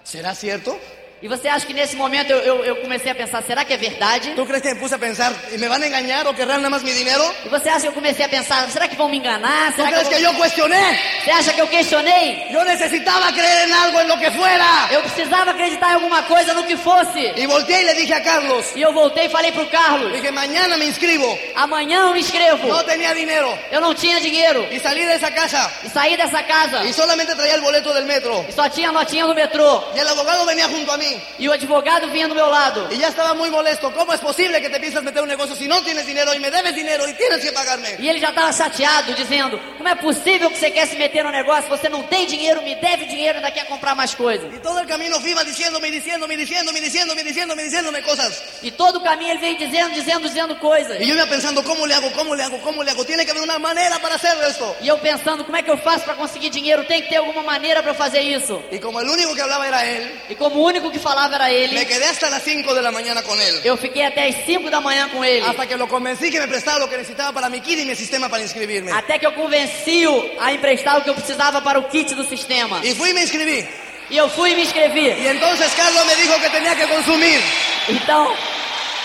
¿será cierto?
E você acha que nesse momento eu, eu, eu comecei a pensar, será que é verdade?
¿Tú crees que me puse a pensar, ¿y me van a engañar o querrán nada más mi dinero?
E você acha que eu comecei a pensar, será que vão me enganar?
¿Tú
Será que eu
crees que yo cuestioné?
vou- Você acha que eu questionei?
Yo necesitaba creer en algo, en lo que fuera.
Eu precisava acreditar em alguma coisa no que fosse.
Y volteé y le dije a Carlos,
E eu voltei e falei pro Carlos,
dije, mañana me inscribo.
amanhã eu me inscrevo.
No tenía dinero.
Eu não tinha dinheiro.
Y salí de essa casa
E saí dessa casa.
y solamente traía el boleto del metro.
E só tinha a notinha no metrô.
Y el abogado venía junto a mí
E o advogado vinha do meu lado.
y ya estaba muy molesto. ¿Cómo es posible que te piensas meter un negocio si no tienes dinero y me debes dinero y tienes que pagarme?
E ele já estava chateado, dizendo: Como é possível que você quer se meter no negócio? Você não tem dinheiro, me deve dinheiro e ainda quer comprar mais coisas.
Y todo el camino fui iba diciéndome, y diciéndome, y diciéndome, y diciéndome, y diciéndome, y diciéndome cosas.
E todo o caminho ele veio dizendo, dizendo, dizendo coisas.
Y yo iba pensando, ¿cómo le hago? ¿Cómo le hago? ¿Cómo le hago? Tiene que haber una manera para hacer esto.
E eu pensando: Como é que eu faço para conseguir dinheiro? Tem que ter alguma maneira para eu fazer isso.
Y como el único que hablaba era él,
E como o único que falava era
me
ele,
quedé hasta las 5 de la mañana con él.
eu fiquei até as 5 da manhã com ele.
Hasta que lo convencí que me prestaba lo que necesitaba para mi kit y mi sistema para inscribirme.
Até que eu convenci-o a emprestar o que eu precisava para o kit do sistema.
Y fui y me inscribí.
E eu fui e me inscrevi.
Y entonces Carlos me dijo que tenía que consumir,
Então,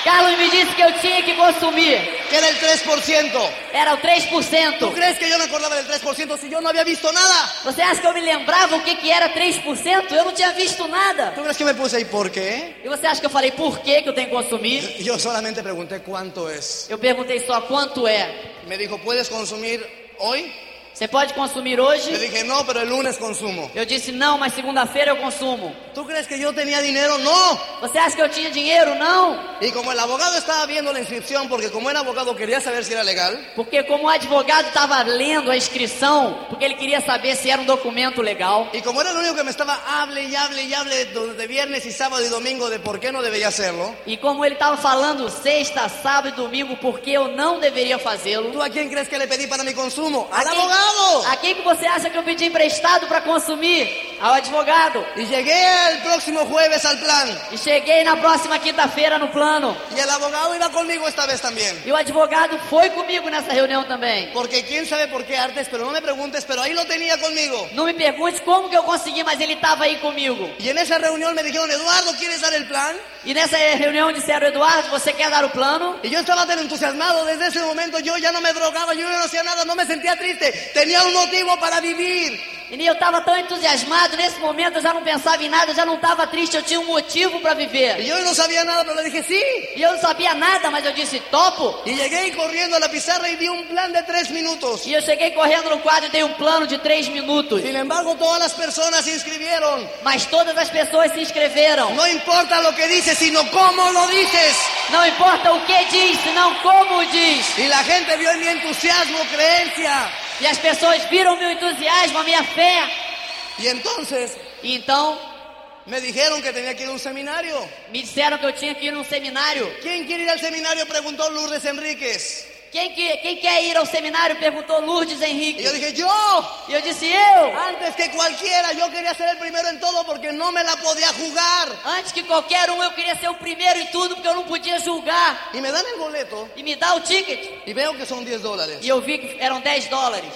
Carlos me disse que eu tinha que consumir.
que era el 3%.
Era o
¿Tú
3%.
crees que yo me acordaba del 3% si yo no había visto nada?
Você acha que eu me lembrava o que, que era 3%? Eu não tinha visto
¿Tú
nada.
crees que me puse ahí por qué?
E você acha que eu falei por que, que eu tenho que consumir?
Yo solamente pregunté cuánto es.
Eu perguntei só quanto é.
Me dijo, ¿puedes consumir hoy?
Você pode consumir
Le
hoje?
dije, no, pero el lunes consumo.
Eu disse não, mas segunda-feira eu consumo.
¿Tú crees que yo tenía dinero? No.
Você acha que eu tinha dinheiro? Não.
Y como el abogado estaba viendo la inscripción, porque como era abogado quería saber si era legal,
Porque como o advogado estava lendo a inscrição, porque ele queria saber se era um documento legal.
y como era el único que me estaba hable y hable y hable de de viernes y sábado y domingo de por qué no debería hacerlo,
E como ele estava falando sexta, sábado e domingo, porque eu não deveria fazê-lo.
¿tú a quién crees que le pedí para mi consumo? ¡Al
quem-
abogado!
A quem que você acha que eu pedi emprestado para consumir? Ao advogado.
Y llegué el próximo jueves al plan.
E cheguei na próxima quinta-feira no plano.
Y el abogado iba conmigo esta vez también.
E o advogado foi comigo nessa reunião também.
Porque quién sabe por qué artes, pero no me preguntes, pero ahí lo tenía conmigo.
Não me pergunte como que eu consegui, mas ele estava aí comigo.
Y en esa reunión me dijeron, Eduardo, ¿quieres dar el plan?
E nessa reunião disseram, Eduardo, você quer dar o plano?
Y yo estaba tan entusiasmado desde ese momento, yo ya no me drogaba, yo ya no hacía nada, no me sentía triste, tenía un motivo para vivir.
E eu estava tão entusiasmado, nesse momento eu já não pensava em nada, eu já não estava triste, eu tinha um motivo para
Y
viver.
yo no sabía nada, pero le dije, sí.
E eu não sabia nada, mas eu disse, topo.
Y llegué y corriendo a la pizarra y di un plan de tres minutos.
E eu cheguei correndo no quadro e dei um plano de três minutos.
Sin embargo, todas las personas se inscribieron.
Mas todas as pessoas se inscreveram.
No importa lo que dices, sino cómo lo dices.
Não importa o que diz, senão como diz.
Y la gente vio en mi entusiasmo, creencia.
E as pessoas viram meu entusiasmo, a minha fé.
Y entonces
E então
me dijeron que tenía que ir a un seminario.
me disseram que eu tinha que ir num seminário.
¿Quién quiere ir al seminario? Preguntó Lourdes Enríquez.
Quem, que, quem quer ir ao seminário? Perguntou Lourdes
Y
Henrique.
yo dije, yo.
E eu disse, eu!
Antes que cualquiera, yo quería ser el primero en todo porque no me la podía jugar.
Antes que qualquer um, eu queria ser o primeiro em tudo, porque eu não podia julgar.
Y me dan el boleto
E me dá o ticket.
y veo que son 10 dólares.
E eu vi que eram 10 dólares.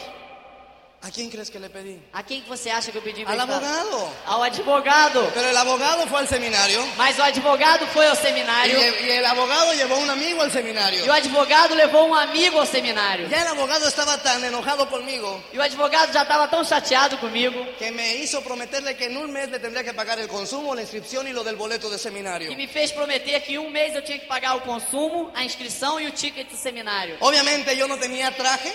¿A quién crees que le pedí?
A quem que você acha que eu pedi
Al
emprestado?
abogado.
Ao advogado.
Pero el abogado fue al seminario
Mas o advogado foi ao
y,
seminário.
lle- y el abogado llevó a un amigo al
E o
seminario.
advogado levou um amigo ao seminário.
Ya el abogado estaba tan enojado conmigo
E o advogado já estava tão chateado comigo
que me hizo prometerle que en un mes le tendría que pagar el consumo, la inscripción y lo del boleto de seminario.
que me fez prometer que em um mês eu tinha que pagar o consumo, a inscrição e o ticket do seminário.
Obviamente yo no tenía traje.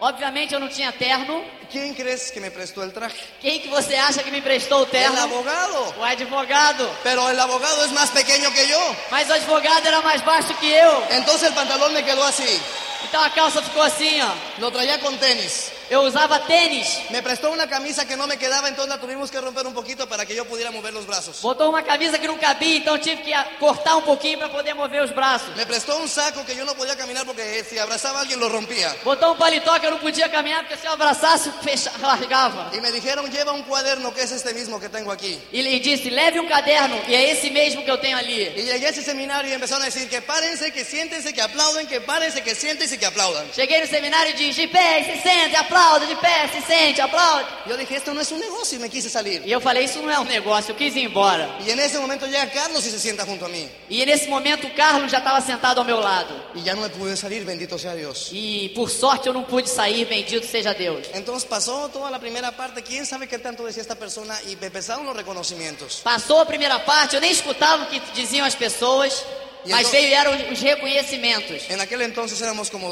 Obviamente eu não tinha terno.
¿Quién crees que me prestó el traje?
Quem que você acha que me emprestou o
El
terno?
abogado.
O advogado.
Pero el abogado es más pequeño que yo.
Mas o advogado era mais baixo que eu.
Entonces el pantalón me quedó así.
Então a calça ficou assim, ó.
Lo traía con tenis.
Eu usava tênis.
Me prestó una camisa que no me quedaba, entonces la tuvimos que romper un poquito para que yo pudiera mover los brazos.
Botou uma camisa que não cabia, então tive que ah, cortar um pouquinho para poder mover os braços.
Me prestó un saco que yo no podía caminar porque eh, si abrazaba a alguien lo rompía.
Botou um paletó que eu não podia caminhar, porque se eu abraçasse, fecha... largava.
Y me dijeron, lleva un cuaderno que es este mismo que tengo aquí.
E ele disse: leve um caderno, e é esse mesmo que eu tenho ali.
Y llegué a ese seminario y empezaron a decir que párense, que siéntense, que aplauden, que párense, que siéntense, sentense que aplaudan.
Cheguei no seminário e disse, de pé, e se sente, aplauda, de pé, se sente, aplaude.
Yo dije, esto no es un negocio y me quise salir.
E eu falei, isso não é um negócio, eu quis ir embora.
Y en ese momento llega Carlos y se sienta junto a mí.
E nesse momento o Carlos já estava sentado ao meu lado.
Y ya no me pude salir, bendito sea Dios.
E por sorte eu não pude sair, bendito seja Deus.
Entonces pasó toda la primera parte, quién sabe qué tanto decía esta persona y me empezaron los reconocimientos.
Passou a primeira parte, eu nem escutava o que diziam as pessoas,
E
mas
então-
vieram os- os reconhecimentos.
En aquel entonces éramos como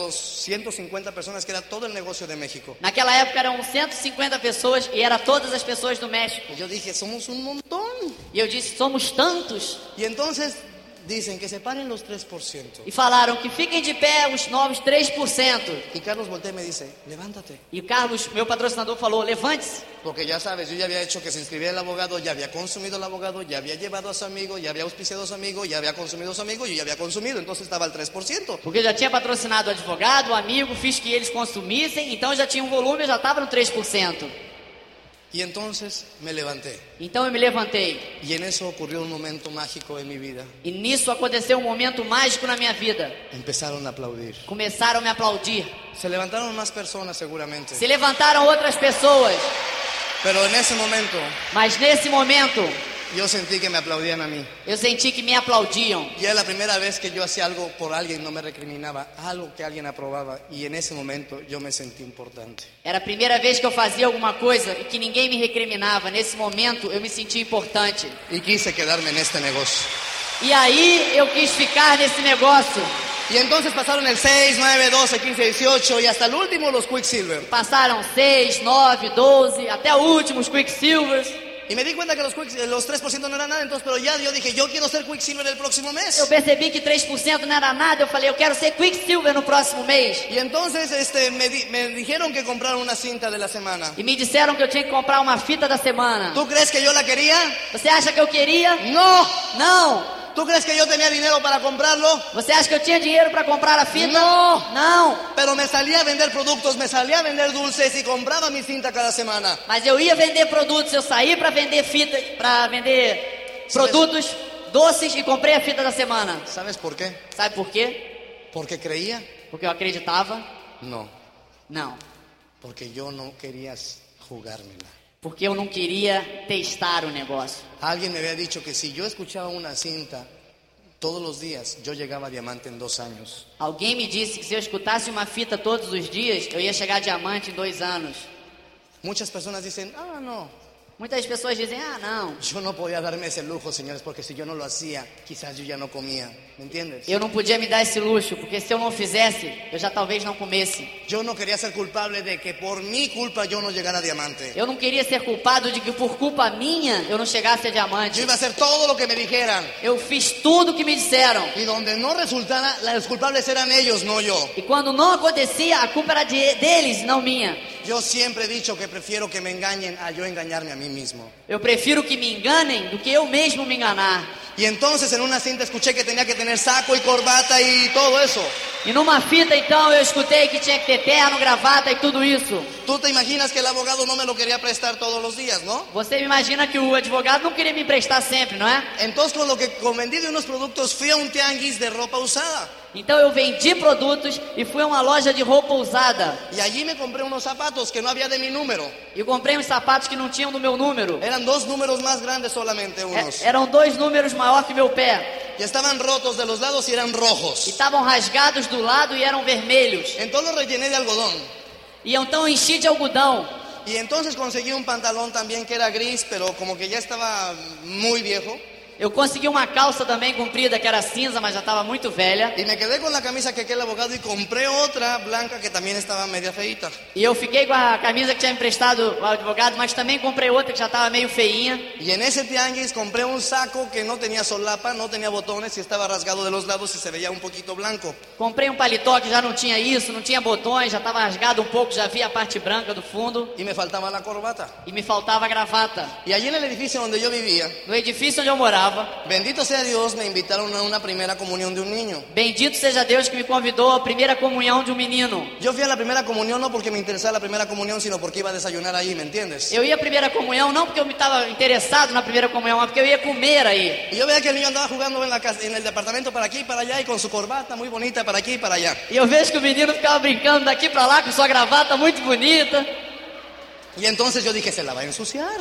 250 personas, que era todo el negocio de México.
Naquela época eram 150 pessoas e era todas as pessoas do México.
Y yo dije, somos un montón.
E eu disse, somos tantos.
Y entonces dicen que se paren los 3%.
E falaram que fiquem de pé os novos 3%.
Y Carlos voltea e me dice, levántate.
E o Carlos, meu patrocinador, falou, levante-se.
Porque ya sabes, yo ya había hecho que se inscribiera el abogado, ya había consumido el abogado, ya había llevado a su amigo, ya había auspiciado a su amigo, ya había consumido a su amigo, yo ya había consumido, entonces estaba al 3%.
Porque eu já tinha patrocinado o advogado, o amigo, fiz que eles consumissem, então eu já tinha um volume, eu já estava no 3%.
Y entonces me levanté.
Então eu me levantei.
Y en eso ocurrió un momento mágico en mi vida.
E nisso aconteceu um momento mágico na minha vida.
Empezaron a aplaudir.
Começaram a me aplaudir.
Se levantaron más personas seguramente.
Se levantaram outras pessoas,
Pero en ese momento
mas nesse momento
yo sentí que me aplaudían a mí.
eu senti que me aplaudiam.
Y era la primera vez que yo hacía algo por alguien, no me recriminaba, algo que alguien aprobaba. Y en ese momento yo me sentí importante.
Era a primeira vez que eu fazia alguma coisa e que ninguém me recriminava. Nesse momento eu me senti importante.
Y quise quedarme en este negocio.
E aí eu quis ficar nesse negócio.
Y entonces pasaron el 6, 9, 12, 15, 18 y hasta el último los Quicksilver.
Passaram 6, 9, 12, até o último, os Quicksilvers.
Y me di cuenta que los, Quicks- eh, los 3% no era nada, entonces, pero ya yo dije, yo quiero ser Quicksilver el próximo
Eu
mes.
percebi que 3% não era nada. Eu falei, eu quero ser Quicksilver no próximo mês.
Y entonces este, me, di- me dijeron que compraron una cinta de la semana.
E me disseram que eu tinha que comprar uma fita da semana.
¿Tú crees que yo la quería?
Você acha que eu queria?
No.
Não.
¿Tú crees que yo tenía dinero para comprarlo?
Você acha que eu tinha dinheiro para comprar a fita?
Não.
Não.
Pero me salía a vender productos, me salía a vender dulces y compraba mi cinta cada semana.
Mas eu ia vender produtos, eu saí pra vender fita, para vender
Sim,
produtos doces e comprei a fita da semana.
¿Sabes por quê?
Sabe por quê?
¿Porque creía?
Porque eu acreditava?
No,
Não,
porque yo no quería jugármela.
porque eu não queria testar o negócio.
Alguien me había dicho que si yo escuchaba una cinta todos los días, yo llegaba a diamante en dos años.
Alguém me disse que se eu escutasse uma fita todos os dias, eu ia chegar a diamante em dois anos.
Muchas personas dicen, ah, no,
Muitas pessoas dizem, ah, não,
yo no podía darme ese lujo, señores, porque si yo no lo hacía, quizás yo ya no comía. ¿Me entiendes?
eu não podia me dar esse luxo, porque se eu não fizesse, eu já talvez não comesse.
Yo no quería ser culpable de que por mi culpa yo no llegara a diamante.
Eu não queria ser culpado de que por culpa minha eu não chegasse a diamante.
Yo iba a hacer todo lo que me dijeran.
Eu fiz tudo o que me disseram.
Y donde no resultara, los culpables eran ellos, no yo.
E quando não acontecia, a culpa era de, deles, não minha.
Yo siempre he dicho que prefiero que me engañen a yo engañarme a mí mismo.
Eu prefiro que me enganem do que eu mesmo me enganar.
Y entonces en una cinta escuché que tenía que tener saco y corbata y todo eso.
E numa fita, então, eu escutei que tinha que ter terno, gravata e tudo isso.
Tú te imaginas que el abogado no me lo quería prestar todos los días, ¿no?
Você imagina que o advogado não queria me emprestar sempre, não é?
Entonces con lo que con vendí de unos productos fui a un tianguis de ropa usada
Então eu vendi produtos e fui a uma loja de roupa usada.
y allí me compré unos zapatos que no había de mi número.
E comprei uns sapatos que não tinham do meu número.
Eran dos números más grandes solamente unos.
É- eram dois números maior que meu pé.
Y estaban rotos de los lados y eran
E
rojos.
estavam rasgados do lado e eram vermelhos.
Entonces los rellené de algodón.
E então eu enchi de algodão.
Y entonces conseguí un pantalón también que era gris, pero como que ya estaba muy viejo.
Eu consegui uma calça também comprida, que era cinza, mas já estava muito velha.
Y me quedé con la camisa que aquel abogado y compré otra blanca que también estaba media feita.
E eu fiquei com a camisa que tinha emprestado o advogado, mas também comprei outra que já estava meio feinha.
Y en ese tianguis compré un saco que no tenía solapa, no tenía botones y estaba rasgado de los lados y se veía un poquito blanco.
Comprei um paletó que já não tinha isso, não tinha botões, já estava rasgado um pouco, já via a parte branca do fundo.
Y me faltaba la corbata.
E me faltava a gravata.
Y allí en el edificio donde yo vivía,
No edifício onde eu estava.
Bendito sea Dios, me invitaron a una primera comunión de un niño.
Bendito seja Deus que me convidou à primeira comunhão de um menino.
Yo fui a la primera comunión no porque me interesaba la primera comunión, sino porque iba a desayunar ahí, ¿me entiendes?
Eu ia à primeira comunhão não porque eu me estava interessado na primeira comunhão, mas porque eu ia comer aí.
Y yo veía que el niño andaba jugando en, la casa- en el departamento para aquí y para allá y con su corbata muy bonita para aquí y para allá.
E eu vejo que o menino ficava brincando daqui pra lá com sua gravata muito bonita.
Y entonces yo dije, se la va a ensuciar.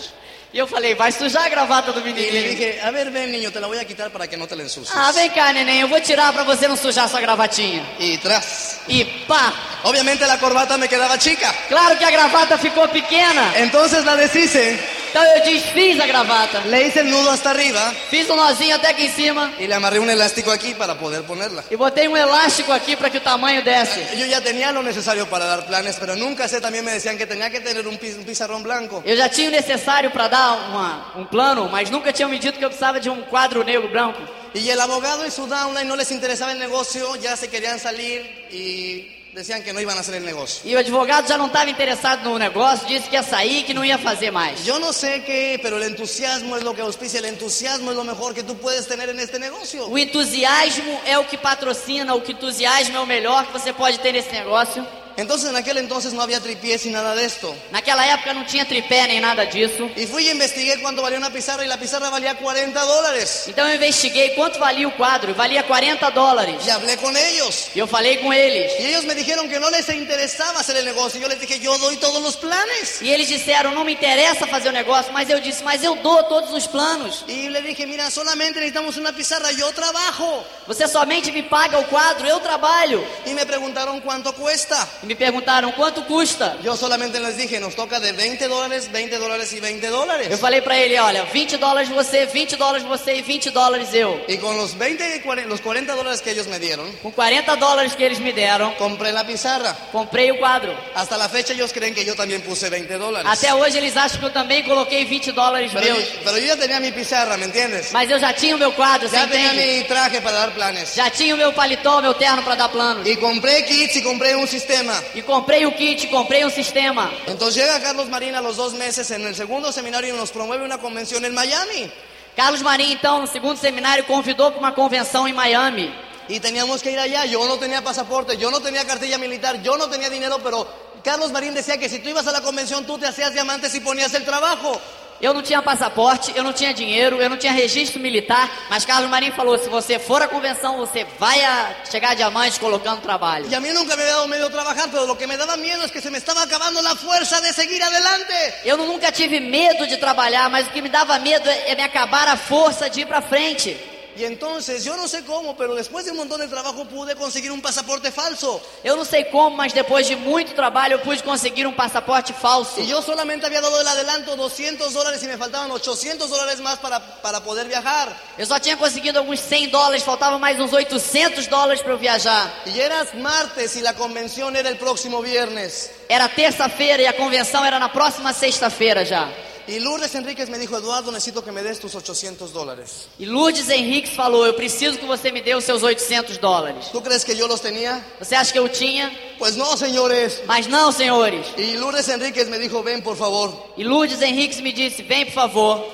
E eu falei, vai sujar a gravata do
Y le
menino.
dije, a ver, ven niño, te la voy a quitar para que no te la ensucies.
Ah, vem cá, neném, eu vou tirar pra você não sujar sua gravatinha.
Y tras.
E pá!
Obviamente la corbata me quedaba chica.
Claro que a gravata ficou pequena.
Entonces la deshice,
Então eu desfiz a gravata.
le hice el nudo hasta arriba
Fiz um nozinho até aqui em cima.
y le amarré un elástico aquí para poder ponerla.
E botei um elástico aqui pra que o tamanho desse.
Yo ya tenía lo necesario para dar planes, pero nunca sé, también me decían que tenía que tener un, piz- un pizarrón blanco.
Eu já tinha o necessário para dar uma- um plano, mas nunca tinham me dito que eu precisava de um quadro negro branco.
Y el abogado y su downline no les interesaba el negocio, ya se querían salir y decían que no iban a hacer el negocio.
E o advogado já não estava interessado no negócio, disse que ia sair e que não ia fazer mais.
Yo no sé qué, pero el entusiasmo es lo que auspicia, el entusiasmo es lo mejor que tú puedes tener en este negocio.
O entusiasmo é o que patrocina, o que entusiasmo é o melhor que você pode ter nesse negócio.
Entonces en aquel entonces no había tripiés y nada de esto.
Naquela época não tinha tripé nem nada disso.
Y fui y investigué cuánto valía una pizarra y la pizarra valía 40 dólares.
Então eu investiguei quanto valia o quadro, e valia 40 dólares.
Y hablé con ellos.
E eu falei com eles.
Y ellos me dijeron que no les interesaba hacer el negocio. Yo les dije, yo doy todos los planes.
E eles disseram: não me interessa fazer o negócio, mas eu disse: mas eu dou todos os planos.
Y le dije, mira, solamente necesitamos una pizarra, yo trabajo.
Você somente me paga o quadro, eu trabalho.
Y me preguntaron cuánto cuesta.
E me perguntaron quanto custa.
Yo solamente les dije, nos toca de 20 dólares, 20 dólares y 20
Eu
dólares.
falei pra ele, olha, 20 dólares você, 20 dólares você e 20 dólares eu.
Y con los 20 y 40 los 40 dólares que ellos me dieron,
Com 40 dólares que eles me deram,
compré la pizarra.
comprei o quadro.
Hasta la fecha ellos creen que yo también puse 20 dólares.
Até hoje eles acham que eu também coloquei 20 dólares
Pero,
meus.
pero yo ya tenía mi pizarra, ¿me entiendes?
Mas eu já tinha o meu quadro, você
Ya tenía
entende?
mi traje para dar planes.
Já tinha o meu paletó, meu terno pra dar plano.
Y compré kits y compré un sistema.
E comprei o kit, comprei um sistema.
Entonces llega Carlos Marín a los dos meses en el segundo seminario y nos promueve una convención en Miami.
Carlos Marinho, então, no segundo seminário, convidou para uma convenção em Miami.
Y teníamos que ir allá. Yo no tenía pasaporte, yo no tenía cartilla militar, yo no tenía dinero, pero Carlos Marín decía que si tú ibas a la convención tú te hacías diamantes y ponías el trabajo.
Eu não tinha passaporte, eu não tinha dinheiro, eu não tinha registro militar, mas Carlos Marinho falou: se você for à convenção, você vai a chegar diamante colocando trabalho.
Y a mí nunca me había dado miedo trabajar, pero lo que me daba miedo es que se me estaba acabando la fuerza de seguir adelante.
Eu nunca tive medo de trabalhar, mas o que me dava medo é é me acabar a força de ir pra frente.
Y entonces, yo no sé cómo, pero después de un montón de trabajo pude conseguir un pasaporte falso.
Eu não sei como, mas depois de muito trabalho eu pude conseguir um passaporte falso.
Y yo solamente había dado el adelanto 200 dólares y me faltaban 800 dólares más para, para poder viajar.
Eu só tinha conseguido alguns 100 dólares, faltava mais uns 800 dólares pra eu viajar.
Y era martes y la convención era el próximo viernes.
Era terça-feira e a convenção era na próxima sexta-feira já.
Y Lourdes Enríquez me dijo, Eduardo, necesito que me des tus 800 dólares.
E Lourdes Henriques falou: Eu preciso que você me dê os seus 800 dólares.
¿Tú crees que yo los tenía?
Você acha que eu tinha?
Pues no, señores.
Mas não, senhores.
Y Lourdes Enríquez me dijo, ven, por favor.
E Lourdes Henriques me disse: Vem, por favor.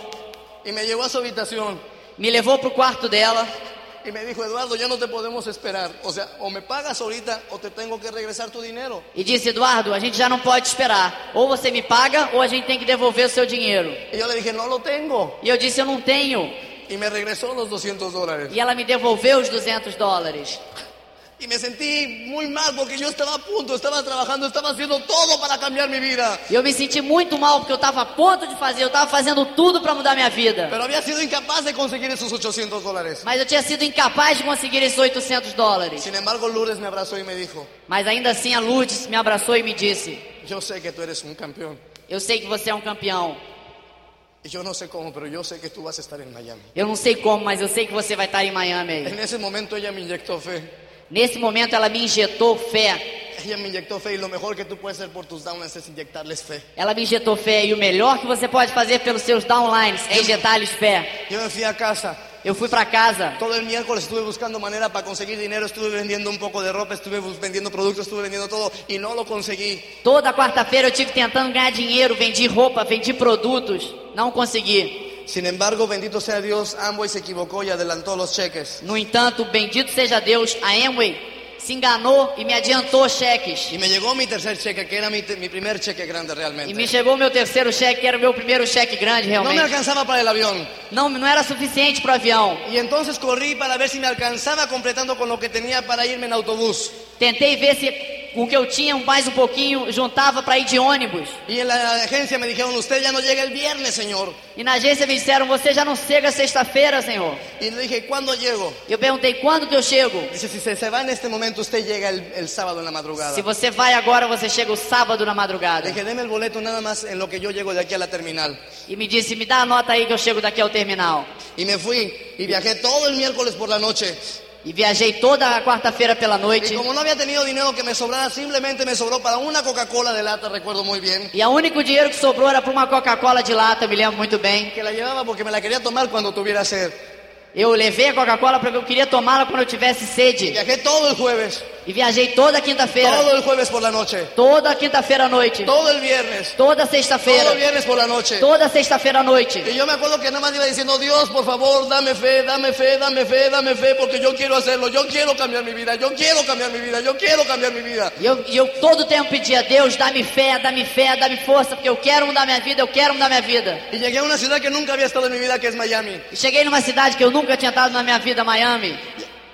Y me llevó a su habitación.
Me levou pro quarto dela.
Y me dijo, Eduardo, ya no te podemos esperar. O sea, o me pagas ahorita o te tengo que regresar tu dinero.
E disse, Eduardo, a gente já não pode esperar. Ou você me paga, ou a gente tem que devolver o seu dinheiro.
Y yo le dije, no lo tengo.
E eu disse, eu não tenho.
Y me regresó los 200 dólares.
E ela me devolveu os 200 dólares.
Y me sentí muy mal porque yo estaba a punto, estaba trabajando, estaba haciendo todo para cambiar mi vida.
E eu me senti muito mal, porque eu estava a ponto de fazer, eu estava fazendo tudo para mudar minha vida.
Pero había sido incapaz de conseguir esos 800 dólares.
Mas eu tinha sido incapaz de conseguir esses 800 dólares.
Sin embargo, Lourdes me abrazó y me dijo,
Mas ainda assim a Lourdes me abraçou e me disse,
yo sé que tú eres un campeón.
eu sei que você é um campeão.
Y yo no sé cómo, pero yo sé que tú vas a estar en Miami.
Eu não sei como, mas eu sei que você vai estar em Miami aí.
En ese momento ella me inyectó fe.
Nesse momento ela me injetou fé.
Ella me inyectó fe y lo mejor que tú puedes hacer por tus downlines es inyectarles fe.
Ela me injetou fé e o melhor que você pode fazer pelos seus downlines é injetar-lhes fé.
Yo me fui a casa.
Eu fui pra casa.
Todo el miércoles estuve buscando manera para conseguir dinero. Estuve vendiendo un poco de ropa, estuve bus- vendiendo productos, estuve vendiendo todo y no lo conseguí.
Toda quarta-feira eu tive tentando ganhar dinheiro, vendi roupa, vendi produtos, não consegui.
Sin embargo, bendito sea Dios, Amway se equivocó y adelantó los cheques.
No entanto, bendito seja Deus, a Amway se enganou e me adiantou cheques.
Y me llegó mi tercer cheque, que era mi, te- mi primer cheque grande
E me
realmente.
chegou meu terceiro cheque, que era o meu primeiro cheque grande
No me
realmente.
alcanzaba para el avión.
Não, não era suficiente para o avião.
Y entonces corrí para ver si me alcanzaba completando con lo que tenía para irme en autobús.
Tentei ver se com o que eu tinha mais um pouquinho juntava para ir de ônibus.
Y en la agencia me dijeron, usted ya no llega el viernes, señor.
E na agência me disseram: Você já não chega sexta-feira, senhor.
Y le dije, ¿cuándo llego?
Eu perguntei: Quando que eu chego?
Dice, si se, se va en este momento, usted llega el, el sábado en la madrugada. É
Se você vai agora, você chega o sábado na
Le
madrugada.
Ah, dije, deme el boleto nada más en lo que yo llego de aquí a la terminal.
E me disse: Me dá a nota aí que eu chego daqui ao terminal.
Y me fui y viajé todo el miércoles por la noche.
E viajei toda a quarta-feira pela
Y
noite.
como no había tenido dinero que me sobrara, simplemente me sobró para una Coca-Cola de lata, recuerdo muy bien.
E o único dinheiro que sobrou era para uma Coca-Cola de lata, eu me lembro muito bem.
Que la llevaba porque me la quería tomar cuando tuviera sed.
Eu levei a Coca-Cola porque eu queria tomá-la quando eu tivesse
Y
sede.
viajé todo el jueves,
E viajei toda quinta-feira,
todo el jueves por la noche,
toda quinta-feira à noite,
todo el viernes,
toda
todo el
sexta-feira,
viernes por la noche.
toda sexta-feira à noite.
Y yo me acuerdo que nada más iba diciendo, Dios, por favor, dame fe, dame fe, dame fe, dame fe, porque yo quiero hacerlo, yo quiero cambiar mi vida, yo quiero cambiar mi vida, yo quiero cambiar mi vida.
E eu, e eu todo tempo pedia, Deus, dá-me fé, dá-me fé, dá-me força, porque eu quero mudar minha vida, eu quero mudar minha vida.
Y llegué a una ciudad que nunca había estado en mi vida, que es Miami.
E cheguei numa cidade que eu nunca tinha estado na minha vida, Miami.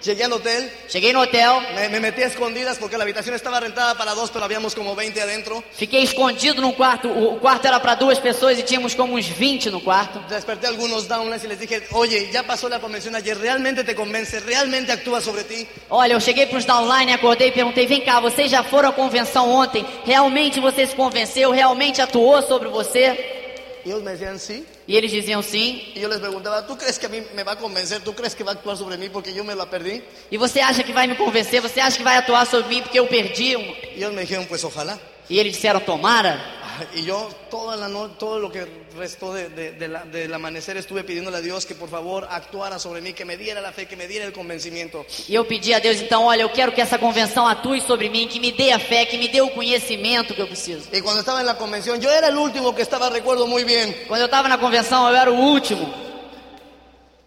Llegué al hotel,
Cheguei no hotel,
me, me metí a escondidas porque la habitación estaba rentada para dos, pero habíamos como 20 adentro.
fiquei escondido num quarto, o, o quarto era para duas pessoas e tínhamos como uns 20 no quarto.
Desperté a algunos downlines y les dije, oye, ya pasó la convención ayer, ¿realmente te convence? ¿Realmente actúa sobre ti?
Olha, eu cheguei pros downline, acordei e perguntei, vem cá, vocês já foram à convenção ontem? Realmente você se convenceu? Realmente atuou sobre você?
Y ellos me decían, sí.
E eles diziam sim.
Y yo les preguntaba, ¿tú crees que a mí me va a convencer? ¿Tú crees que va a actuar sobre mí porque yo me la perdí?
E você acha que vai me convencer? Você acha que vai atuar sobre mim porque eu perdi? um-
Y ellos me dijeron, pues ojalá.
E eles disseram, tomara.
Y yo toda la no- todo lo que restó de- de- de la- del amanecer estuve pidiéndole a Dios que por favor actuara sobre mí, que me diera la fe, que me diera el convencimiento.
E eu pedi a Deus, então, olha, eu quero que essa convenção atue sobre mim, que me dê a fé, que me dê o conhecimento que eu preciso.
Y cuando estaba en la convención, yo era el último que estaba, recuerdo muy bien,
Quando eu estava na convenção, eu era o último,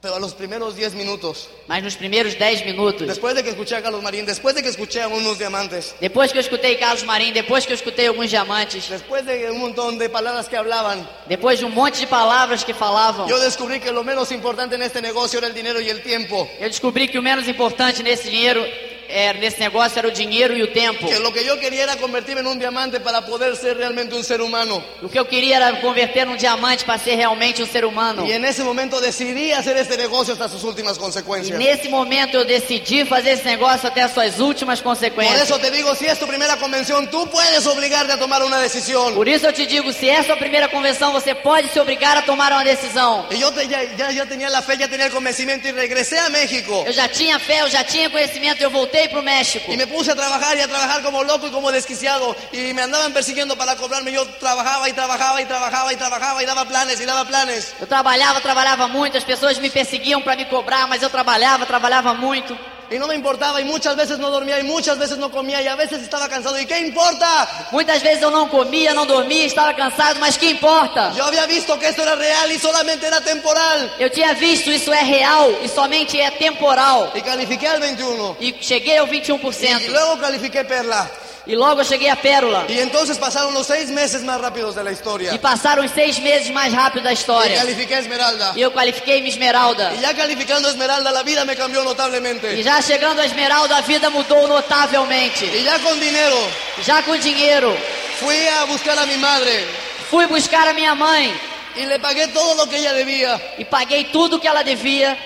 pero a los primeros 10 minutos,
mas nos primeiros 10 minutos,
después de que escuché a Carlos Marín, después de que escuché a unos diamantes,
depois que eu escutei Carlos Marim, depois que eu escutei alguns diamantes,
después de un montón de palabras que hablaban,
depois de um monte de palavras que falavam,
yo descubrí que lo menos importante en este negocio era el dinero y el tiempo.
eu descobri que o menos importante nesse dinheiro, é, nesse negócio, era o dinheiro e o tempo.
Que lo que yo quería era convertirme en un diamante para poder ser realmente un ser humano.
O que eu queria era converter num diamante para ser realmente um ser humano.
Y en ese momento decidí hacer este negocio hasta sus últimas
E
consecuencias.
nesse momento eu decidi fazer esse negócio até as suas últimas
Por
consequências.
eso te digo, si es tu primera convención, tú puedes obligarte a tomar una decisión.
Por isso eu te digo, se é sua primeira convenção, você pode se obrigar a tomar uma decisão.
Y yo te- ya, ya- ya tenía la fe, ya tenía el convencimiento y regresé a México.
Eu já tinha fé, eu já tinha conhecimento, eu voltei pro México.
Y me puse a trabajar y a trabajar como loco y como desquiciado. Y me andaban persiguiendo para cobrarme. Yo trabajaba y trabajaba y trabajaba y trabajaba y daba planes y daba planes.
Eu trabalhava, trabalhava muito, as pessoas me perseguiam para me cobrar, mas eu trabalhava, trabalhava muito.
Y no me importaba y muchas veces no dormía y muchas veces no comía y a veces estaba cansado. ¿Y qué importa?
Muitas vezes eu não comia, não dormia, estava cansado, mas que importa?
Yo había visto que esto era real y solamente era temporal.
Eu tinha visto, isso é real e somente é temporal.
Y califiqué al 21.
E cheguei ao
Y
21%.
luego califiqué Perla.
E logo eu cheguei à Pérola.
Y entonces pasaron los seis meses más rápidos de la historia.
E passaram os seis meses mais rápido da
Y
história.
califiqué a Esmeralda.
E eu qualifiquei-me Esmeralda.
Y ya calificando a Esmeralda, la vida me cambió
E
notablemente.
já chegando a Esmeralda, a vida mudou notavelmente.
Y ya con dinero
Já com dinheiro,
fui a buscar a mi madre
fui buscar a minha mãe
y le pagué todo lo que ella debía.
e paguei tudo que ela devia.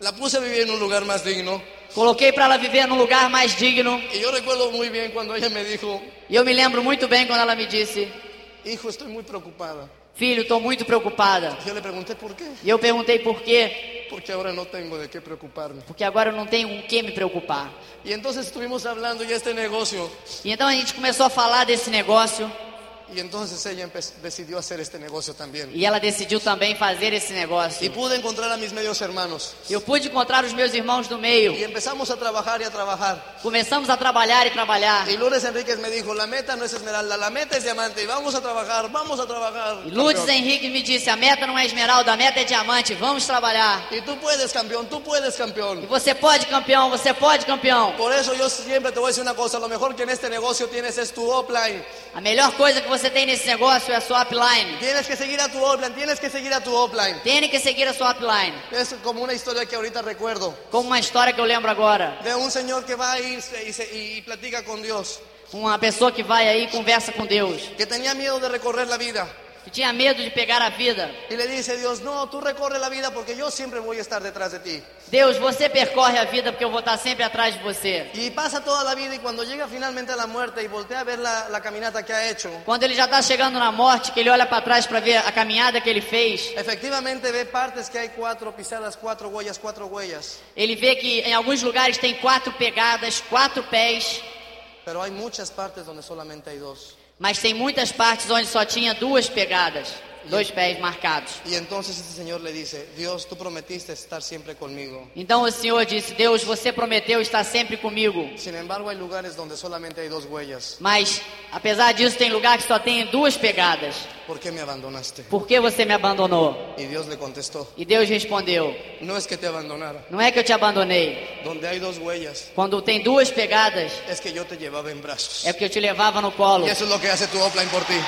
La puse a vivir en un lugar más digno.
Coloquei para ela viver num lugar mais digno.
Y yo recuerdo muy bien cuando ella me dijo,
E eu me lembro muito bem quando ela me disse:
hijo, estoy muy preocupada.
Filho, estou muito preocupada.
Yo le pregunté por qué.
E eu perguntei por quê,
Porque ahora no tengo de qué preocuparme.
porque agora eu não tenho com que me preocupar.
Y entonces estuvimos hablando ya este negocio.
E então a gente começou a falar desse negócio.
Y entonces ella empe- decidió hacer este negocio también.
E ela decidiu também fazer esse
Y
negócio.
pude encontrar a mis medios hermanos.
Eu pude encontrar os meus irmãos do
Y
meio.
empezamos a trabajar y a trabajar.
Começamos a trabalhar e trabalhar.
Y Lourdes Enríquez me dijo, la meta no es esmeralda, la meta es diamante. Y vamos a trabajar, vamos a trabajar.
E Lourdes
campeón.
Henrique me disse: a meta não é esmeralda, a meta é diamante. Vamos trabalhar.
Y tú puedes, campeón, tú puedes,
E
campeón.
você pode, campeão, você pode, campeão.
Por eso yo siempre te voy a decir una cosa, lo mejor que en este negocio tienes es tu offline.
A melhor coisa que você tem nesse negócio é a sua upline.
Tienes que seguir a tu offline, tienes que seguir a tu offline.
Tem que seguir a sua upline.
Es como una historia que ahorita recuerdo
Como uma história que eu lembro agora.
de un señor que va a irse y, se- y platica con Dios,
Uma pessoa que vai aí e conversa com Deus.
que tenía miedo de recorrer la vida.
Que tinha medo de pegar a vida.
Y le dice Dios, no, tú recorre la vida porque yo siempre voy a estar detrás de ti.
Deus, você percorre a vida porque eu vou estar sempre atrás de você.
Y pasa toda la vida y cuando llega finalmente a la muerte y voltea a ver la, la caminata que ha hecho,
Quando ele já está chegando na morte, que ele olha para trás para ver a caminhada que ele fez,
efectivamente ve partes que hay cuatro pisadas, cuatro huellas, cuatro huellas.
ele vê que em alguns lugares tem quatro pegadas, quatro pés,
Pero hay muchas partes donde solamente hay dos.
mas tem muitas partes onde só tinha duas pegadas, dois pés marcados.
Y entonces este señor le dice, Dios, tú prometiste estar siempre conmigo.
Então o Senhor disse: Deus, você prometeu estar sempre comigo.
Sin embargo, hay lugares donde solamente hay dos huellas.
Mas, apesar disso, tem lugar que só tem duas pegadas.
¿Por qué me abandonaste?
Por que você me abandonou?
Y Dios le contestó,
E Deus respondeu:
no es que te abandonara.
Não é que eu te abandonei.
Donde hay dos huellas,
Quando tem duas pegadas,
es que yo te llevaba en brazos.
é porque eu te levava no colo.
Y eso es lo que hace tu offline por ti.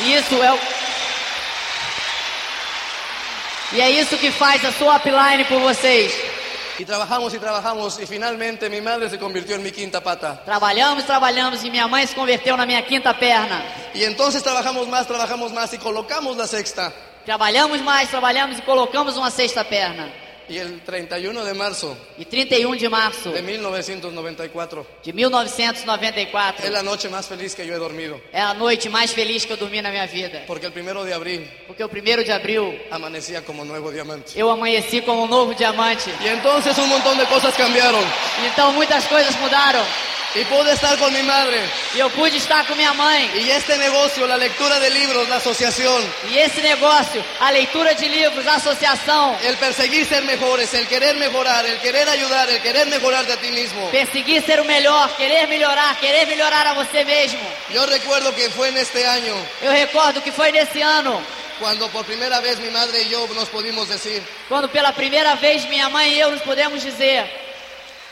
Isso é o. E é isso que faz a sua upline por vocês.
Y trabajamos y trabajamos y finalmente mi madre se convirtió en mi quinta pata.
Trabalhamos, trabalhamos e minha mãe se converteu na minha quinta perna.
Y entonces trabajamos más, trabajamos más y colocamos la sexta.
Trabalhamos mais, trabalhamos e colocamos uma sexta perna.
Y el 31 de marzo
E 31 de março
de 1994
de
es
1994
la noche más feliz que yo he dormido.
é a noite mais feliz que eu dormi na minha vida.
Porque el primero de abril
Porque o primeiro de abril
amanecía como nuevo diamante.
eu amanheci como um novo diamante.
Y entonces un montón de cosas cambiaron.
Então muitas coisas mudaram.
Y pude estar con mi madre.
E eu pude estar com minha mãe.
Y este negocio, la lectura de libros, la asociação,
E esse negócio, a leitura de livros, a associação,
el perseguir ser mejores, el querer mejorar, el querer ayudar, el querer mejorarte a ti mismo.
perseguir ser o melhor, querer melhorar, querer melhorar a você mesmo.
Yo recuerdo que fue en este año
Eu recordo que foi nesse ano,
cuando por primera vez mi madre y yo nos pudimos decir.
quando pela primeira vez minha mãe e eu nos podemos dizer.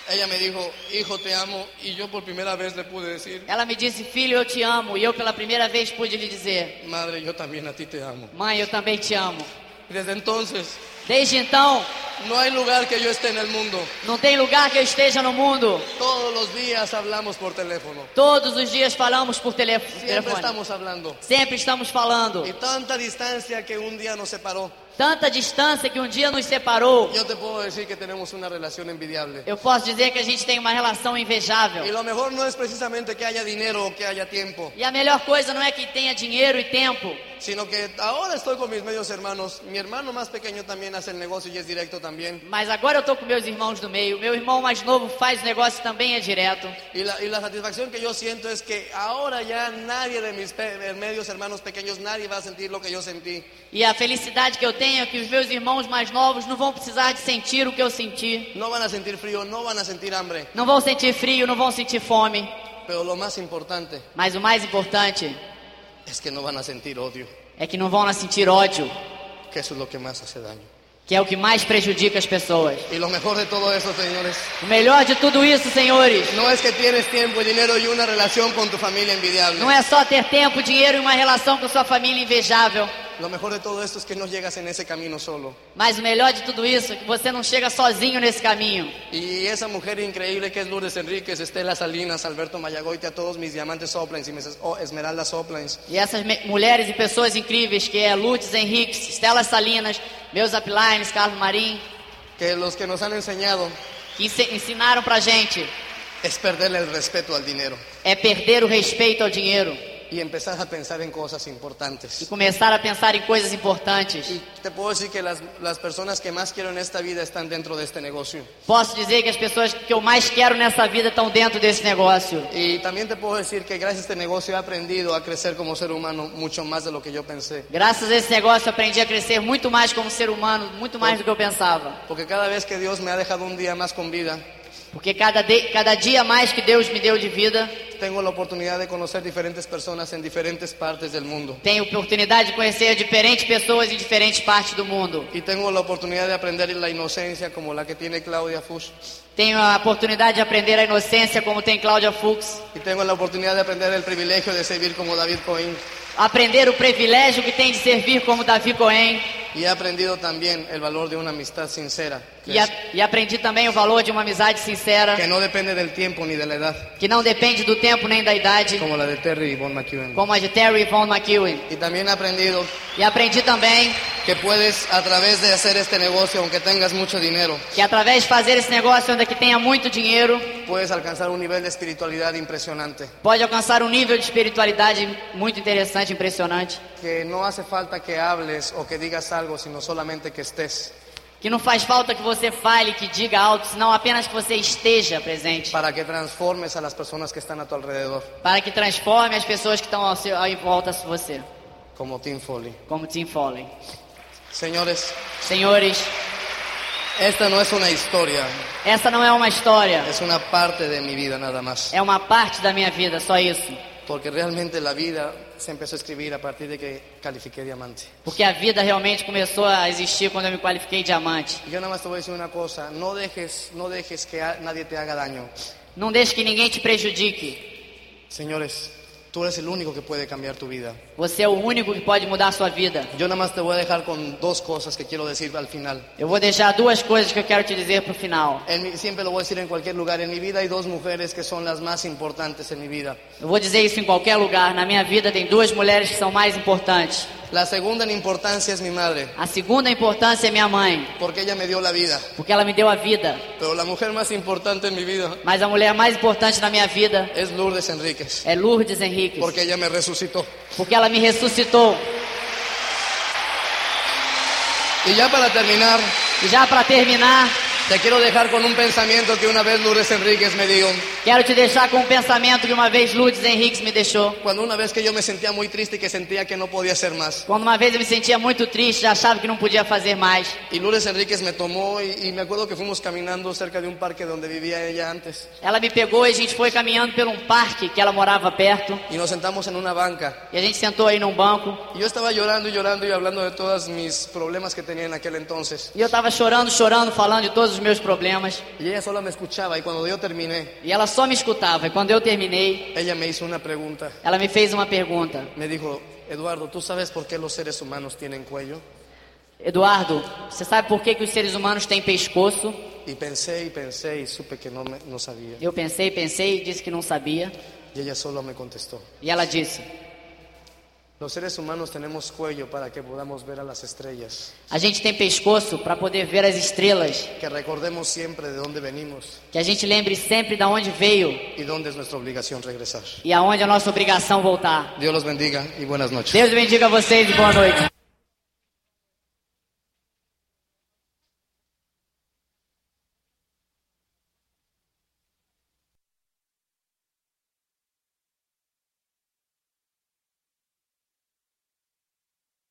Ella me dijo, hijo, te amo. Y yo por primera vez le pude decir,
Ela me disse, filho, eu te amo. E eu pela primeira vez pude lhe dizer,
madre, yo también a ti te amo.
mãe, eu também te amo.
Desde entonces,
Desde então,
no hay lugar que yo esté en el mundo.
não tem lugar que eu esteja no mundo.
Todos los días hablamos por teléfono.
Todos os dias falamos por tele-
Siempre
telefone.
estamos hablando.
Sempre estamos
Y
falando.
tanta distancia que un día nos separó.
Tanta distância que um dia nos separou.
Yo te puedo decir que tenemos una relación envidiable.
Eu posso dizer que a gente tem uma relação
Y
invejável.
lo mejor no es precisamente que haya dinero o que haya tiempo,
E a melhor coisa não é que tenha dinheiro e tempo,
sino que ahora estoy con mis medios hermanos. Mi hermano más pequeño también hace el negocio y es directo también.
mas agora eu tô com meus irmãos do meio. Meu irmão mais novo faz negócio também é direto.
Y la, y la satisfacción que yo siento es que ahora ya nadie de mis pe- medios hermanos pequeños, nadie va a sentir lo que yo sentí.
E a felicidade que eu tenho é que os meus irmãos mais novos não vão precisar de sentir o que eu senti.
No van a sentir frío, no van a sentir hambre.
Não vão sentir frio, não vão sentir fome.
Pero lo más importante
Mas o mais importante
es que no van a sentir odio,
é que não vão sentir ódio,
que eso es lo que más hace daño.
que é o que mais prejudica as pessoas.
Y lo mejor de todo eso, señores,
O melhor de tudo isso, senhores,
no es que tienes tiempo y dinero y una relación con tu familia envidiable.
não é só ter tempo, dinheiro e uma relação com sua família invejável.
Lo mejor de todo esto es que no llegas en ese camino solo.
Mas o melhor de tudo isso é que você não chega sozinho nesse caminho.
Y esa mujer increíble que es Lourdes Enríquez, Estela Salinas, Alberto Mayagoite, a todos mis diamantes Oplines y mis es- oh, esmeraldas Oplines.
E essas me- mulheres e pessoas incríveis que é Lourdes Henriques, Estela Salinas, meus uplines, Carlos Marim,
que los que nos han enseñado
que ense- ensinaram pra gente
es perderle el respeto al dinero.
é perder o respeito ao dinheiro.
y empezar a pensar en cosas importantes.
e começar a pensar em coisas importantes.
Y te puedo decir que las, las personas que más quiero en esta vida están dentro de este negocio.
Posso dizer que as pessoas que eu mais quero nessa vida estão dentro desse negócio.
Y también te puedo decir que gracias a este negocio he aprendido a crecer como ser humano mucho más de lo que yo pensé.
Graças a esse negócio eu aprendi a crescer muito mais como ser humano, muito mais do que eu pensava.
Porque cada vez que Dios me ha dejado un día más con vida,
Porque cada, de- cada dia mais que Deus me deu de vida,
tengo la oportunidad de conocer diferentes personas en diferentes partes del mundo.
tenho oportunidade de conhecer diferentes pessoas em diferentes partes do mundo.
Y tengo la oportunidad de aprender la inocencia como la que tiene Claudia Fuchs.
Tenho a oportunidade de aprender a inocência como tem Cláudia Fuchs.
Y tengo la oportunidad de aprender el privilegio de servir como David Cohen.
Aprender o privilégio que tem de servir como Davi Cohen.
Y he aprendido también el valor de una amistad sincera, que,
E,
es-
a- e aprendi também o valor de uma amizade sincera,
que no depende del tiempo ni de la edad,
que não depende do tempo nem da idade,
como la de Terry y Von McEwen.
como a de Terry Von McEwen.
Y también he aprendido
E aprendi também
que puedes a través de hacer este negocio, aunque tengas mucho dinero,
que através de fazer esse negócio ainda que tenha muito dinheiro,
puedes alcanzar un nivel de espiritualidad impresionante,
pode alcançar um nível de espiritualidade muito interessante, impressionante,
que no hace falta que hables o que digas algo, sino solamente que estés,
que não faz falta que você fale, que diga alto, senão apenas que você esteja presente,
para que transformes a las personas que están a tu alrededor,
para que transforme as pessoas que estão ao seu, ao em volta de você,
como Tim Foley.
como Tim Foley.
Señores,
Senhores,
esta no es una historia,
essa não é uma história,
es una parte de mi vida nada más,
é uma parte da minha vida, só isso.
porque realmente la vida se empezó a escribir a partir de que califiqué diamante.
Porque a vida realmente começou a existir quando eu me qualifiquei diamante.
Y Yo nada más te voy a decir una cosa, no dejes, no dejes que a- nadie te haga daño.
Não deixe que ninguém te prejudique.
Señores, tú eres el único que puede cambiar tu vida.
Você é o único que pode mudar a sua vida.
Yo nada más te voy a dejar con dos cosas que quiero decir al final.
Eu vou deixar duas coisas que eu quero te dizer pro final.
En mi- siempre lo voy a decir en cualquier lugar. En mi vida hay dos mujeres que son las más importantes en mi vida.
Eu vou dizer isso em qualquer lugar. Na minha vida tem duas mulheres que são mais importantes.
La segunda en importancia es mi madre,
A segunda importância é minha mãe,
porque ella me dio la vida.
porque ela me deu a vida.
Pero la mujer más importante en mi vida
Mas a mulher mais importante na minha vida
es Lourdes Enríquez,
é Lourdes Henrique,
porque ella me resucitó.
porque ela me ressuscitou.
Y ya para terminar,
E já para terminar,
te quiero dejar con un pensamiento que una vez Lourdes Enríquez me dio.
quero te deixar com um pensamento que uma vez Lourdes Henrique me deixou.
Cuando una vez que yo me sentía muy triste y que sentía que no podía hacer más.
Quando uma vez eu me sentia muito triste, já achava que não podia fazer mais.
Y Lourdes Enríquez me tomó y, y me acuerdo que fuimos caminando cerca de un parque donde vivía ella antes.
Ela me pegou e a gente foi caminhando por um parque que ela morava perto.
Y nos sentamos en una banca.
E a gente sentou aí num banco.
Y yo estaba llorando y llorando y hablando de todos mis problemas que tenía en aquel entonces.
E eu tava chorando, chorando, falando de todos os meus problemas.
Y ella solo me escuchaba e cuando yo terminé,
E ela só me escutava. E quando eu terminei,
ella me hizo una pregunta.
ela me fez uma pergunta.
Me dijo, Eduardo, ¿tú sabes por qué los seres humanos tienen cuello?
Eduardo, você sabe por que, que os seres humanos têm pescoço?
Y pensé y pensé y supe que no, me- no sabía.
Eu pensei, pensei e disse que não sabia.
Y ella solo me contestó,
E ela disse:
los seres humanos tenemos cuello para que podamos ver a las estrellas,
A gente tem pescoço para poder ver as estrelas.
que recordemos siempre de dónde venimos
Que a gente lembre sempre de onde veio
y dónde es nuestra obligación regresar.
e aonde é a nossa obrigação voltar.
Deus los bendiga y buenas noches.
Deus bendiga vocês e boa noite.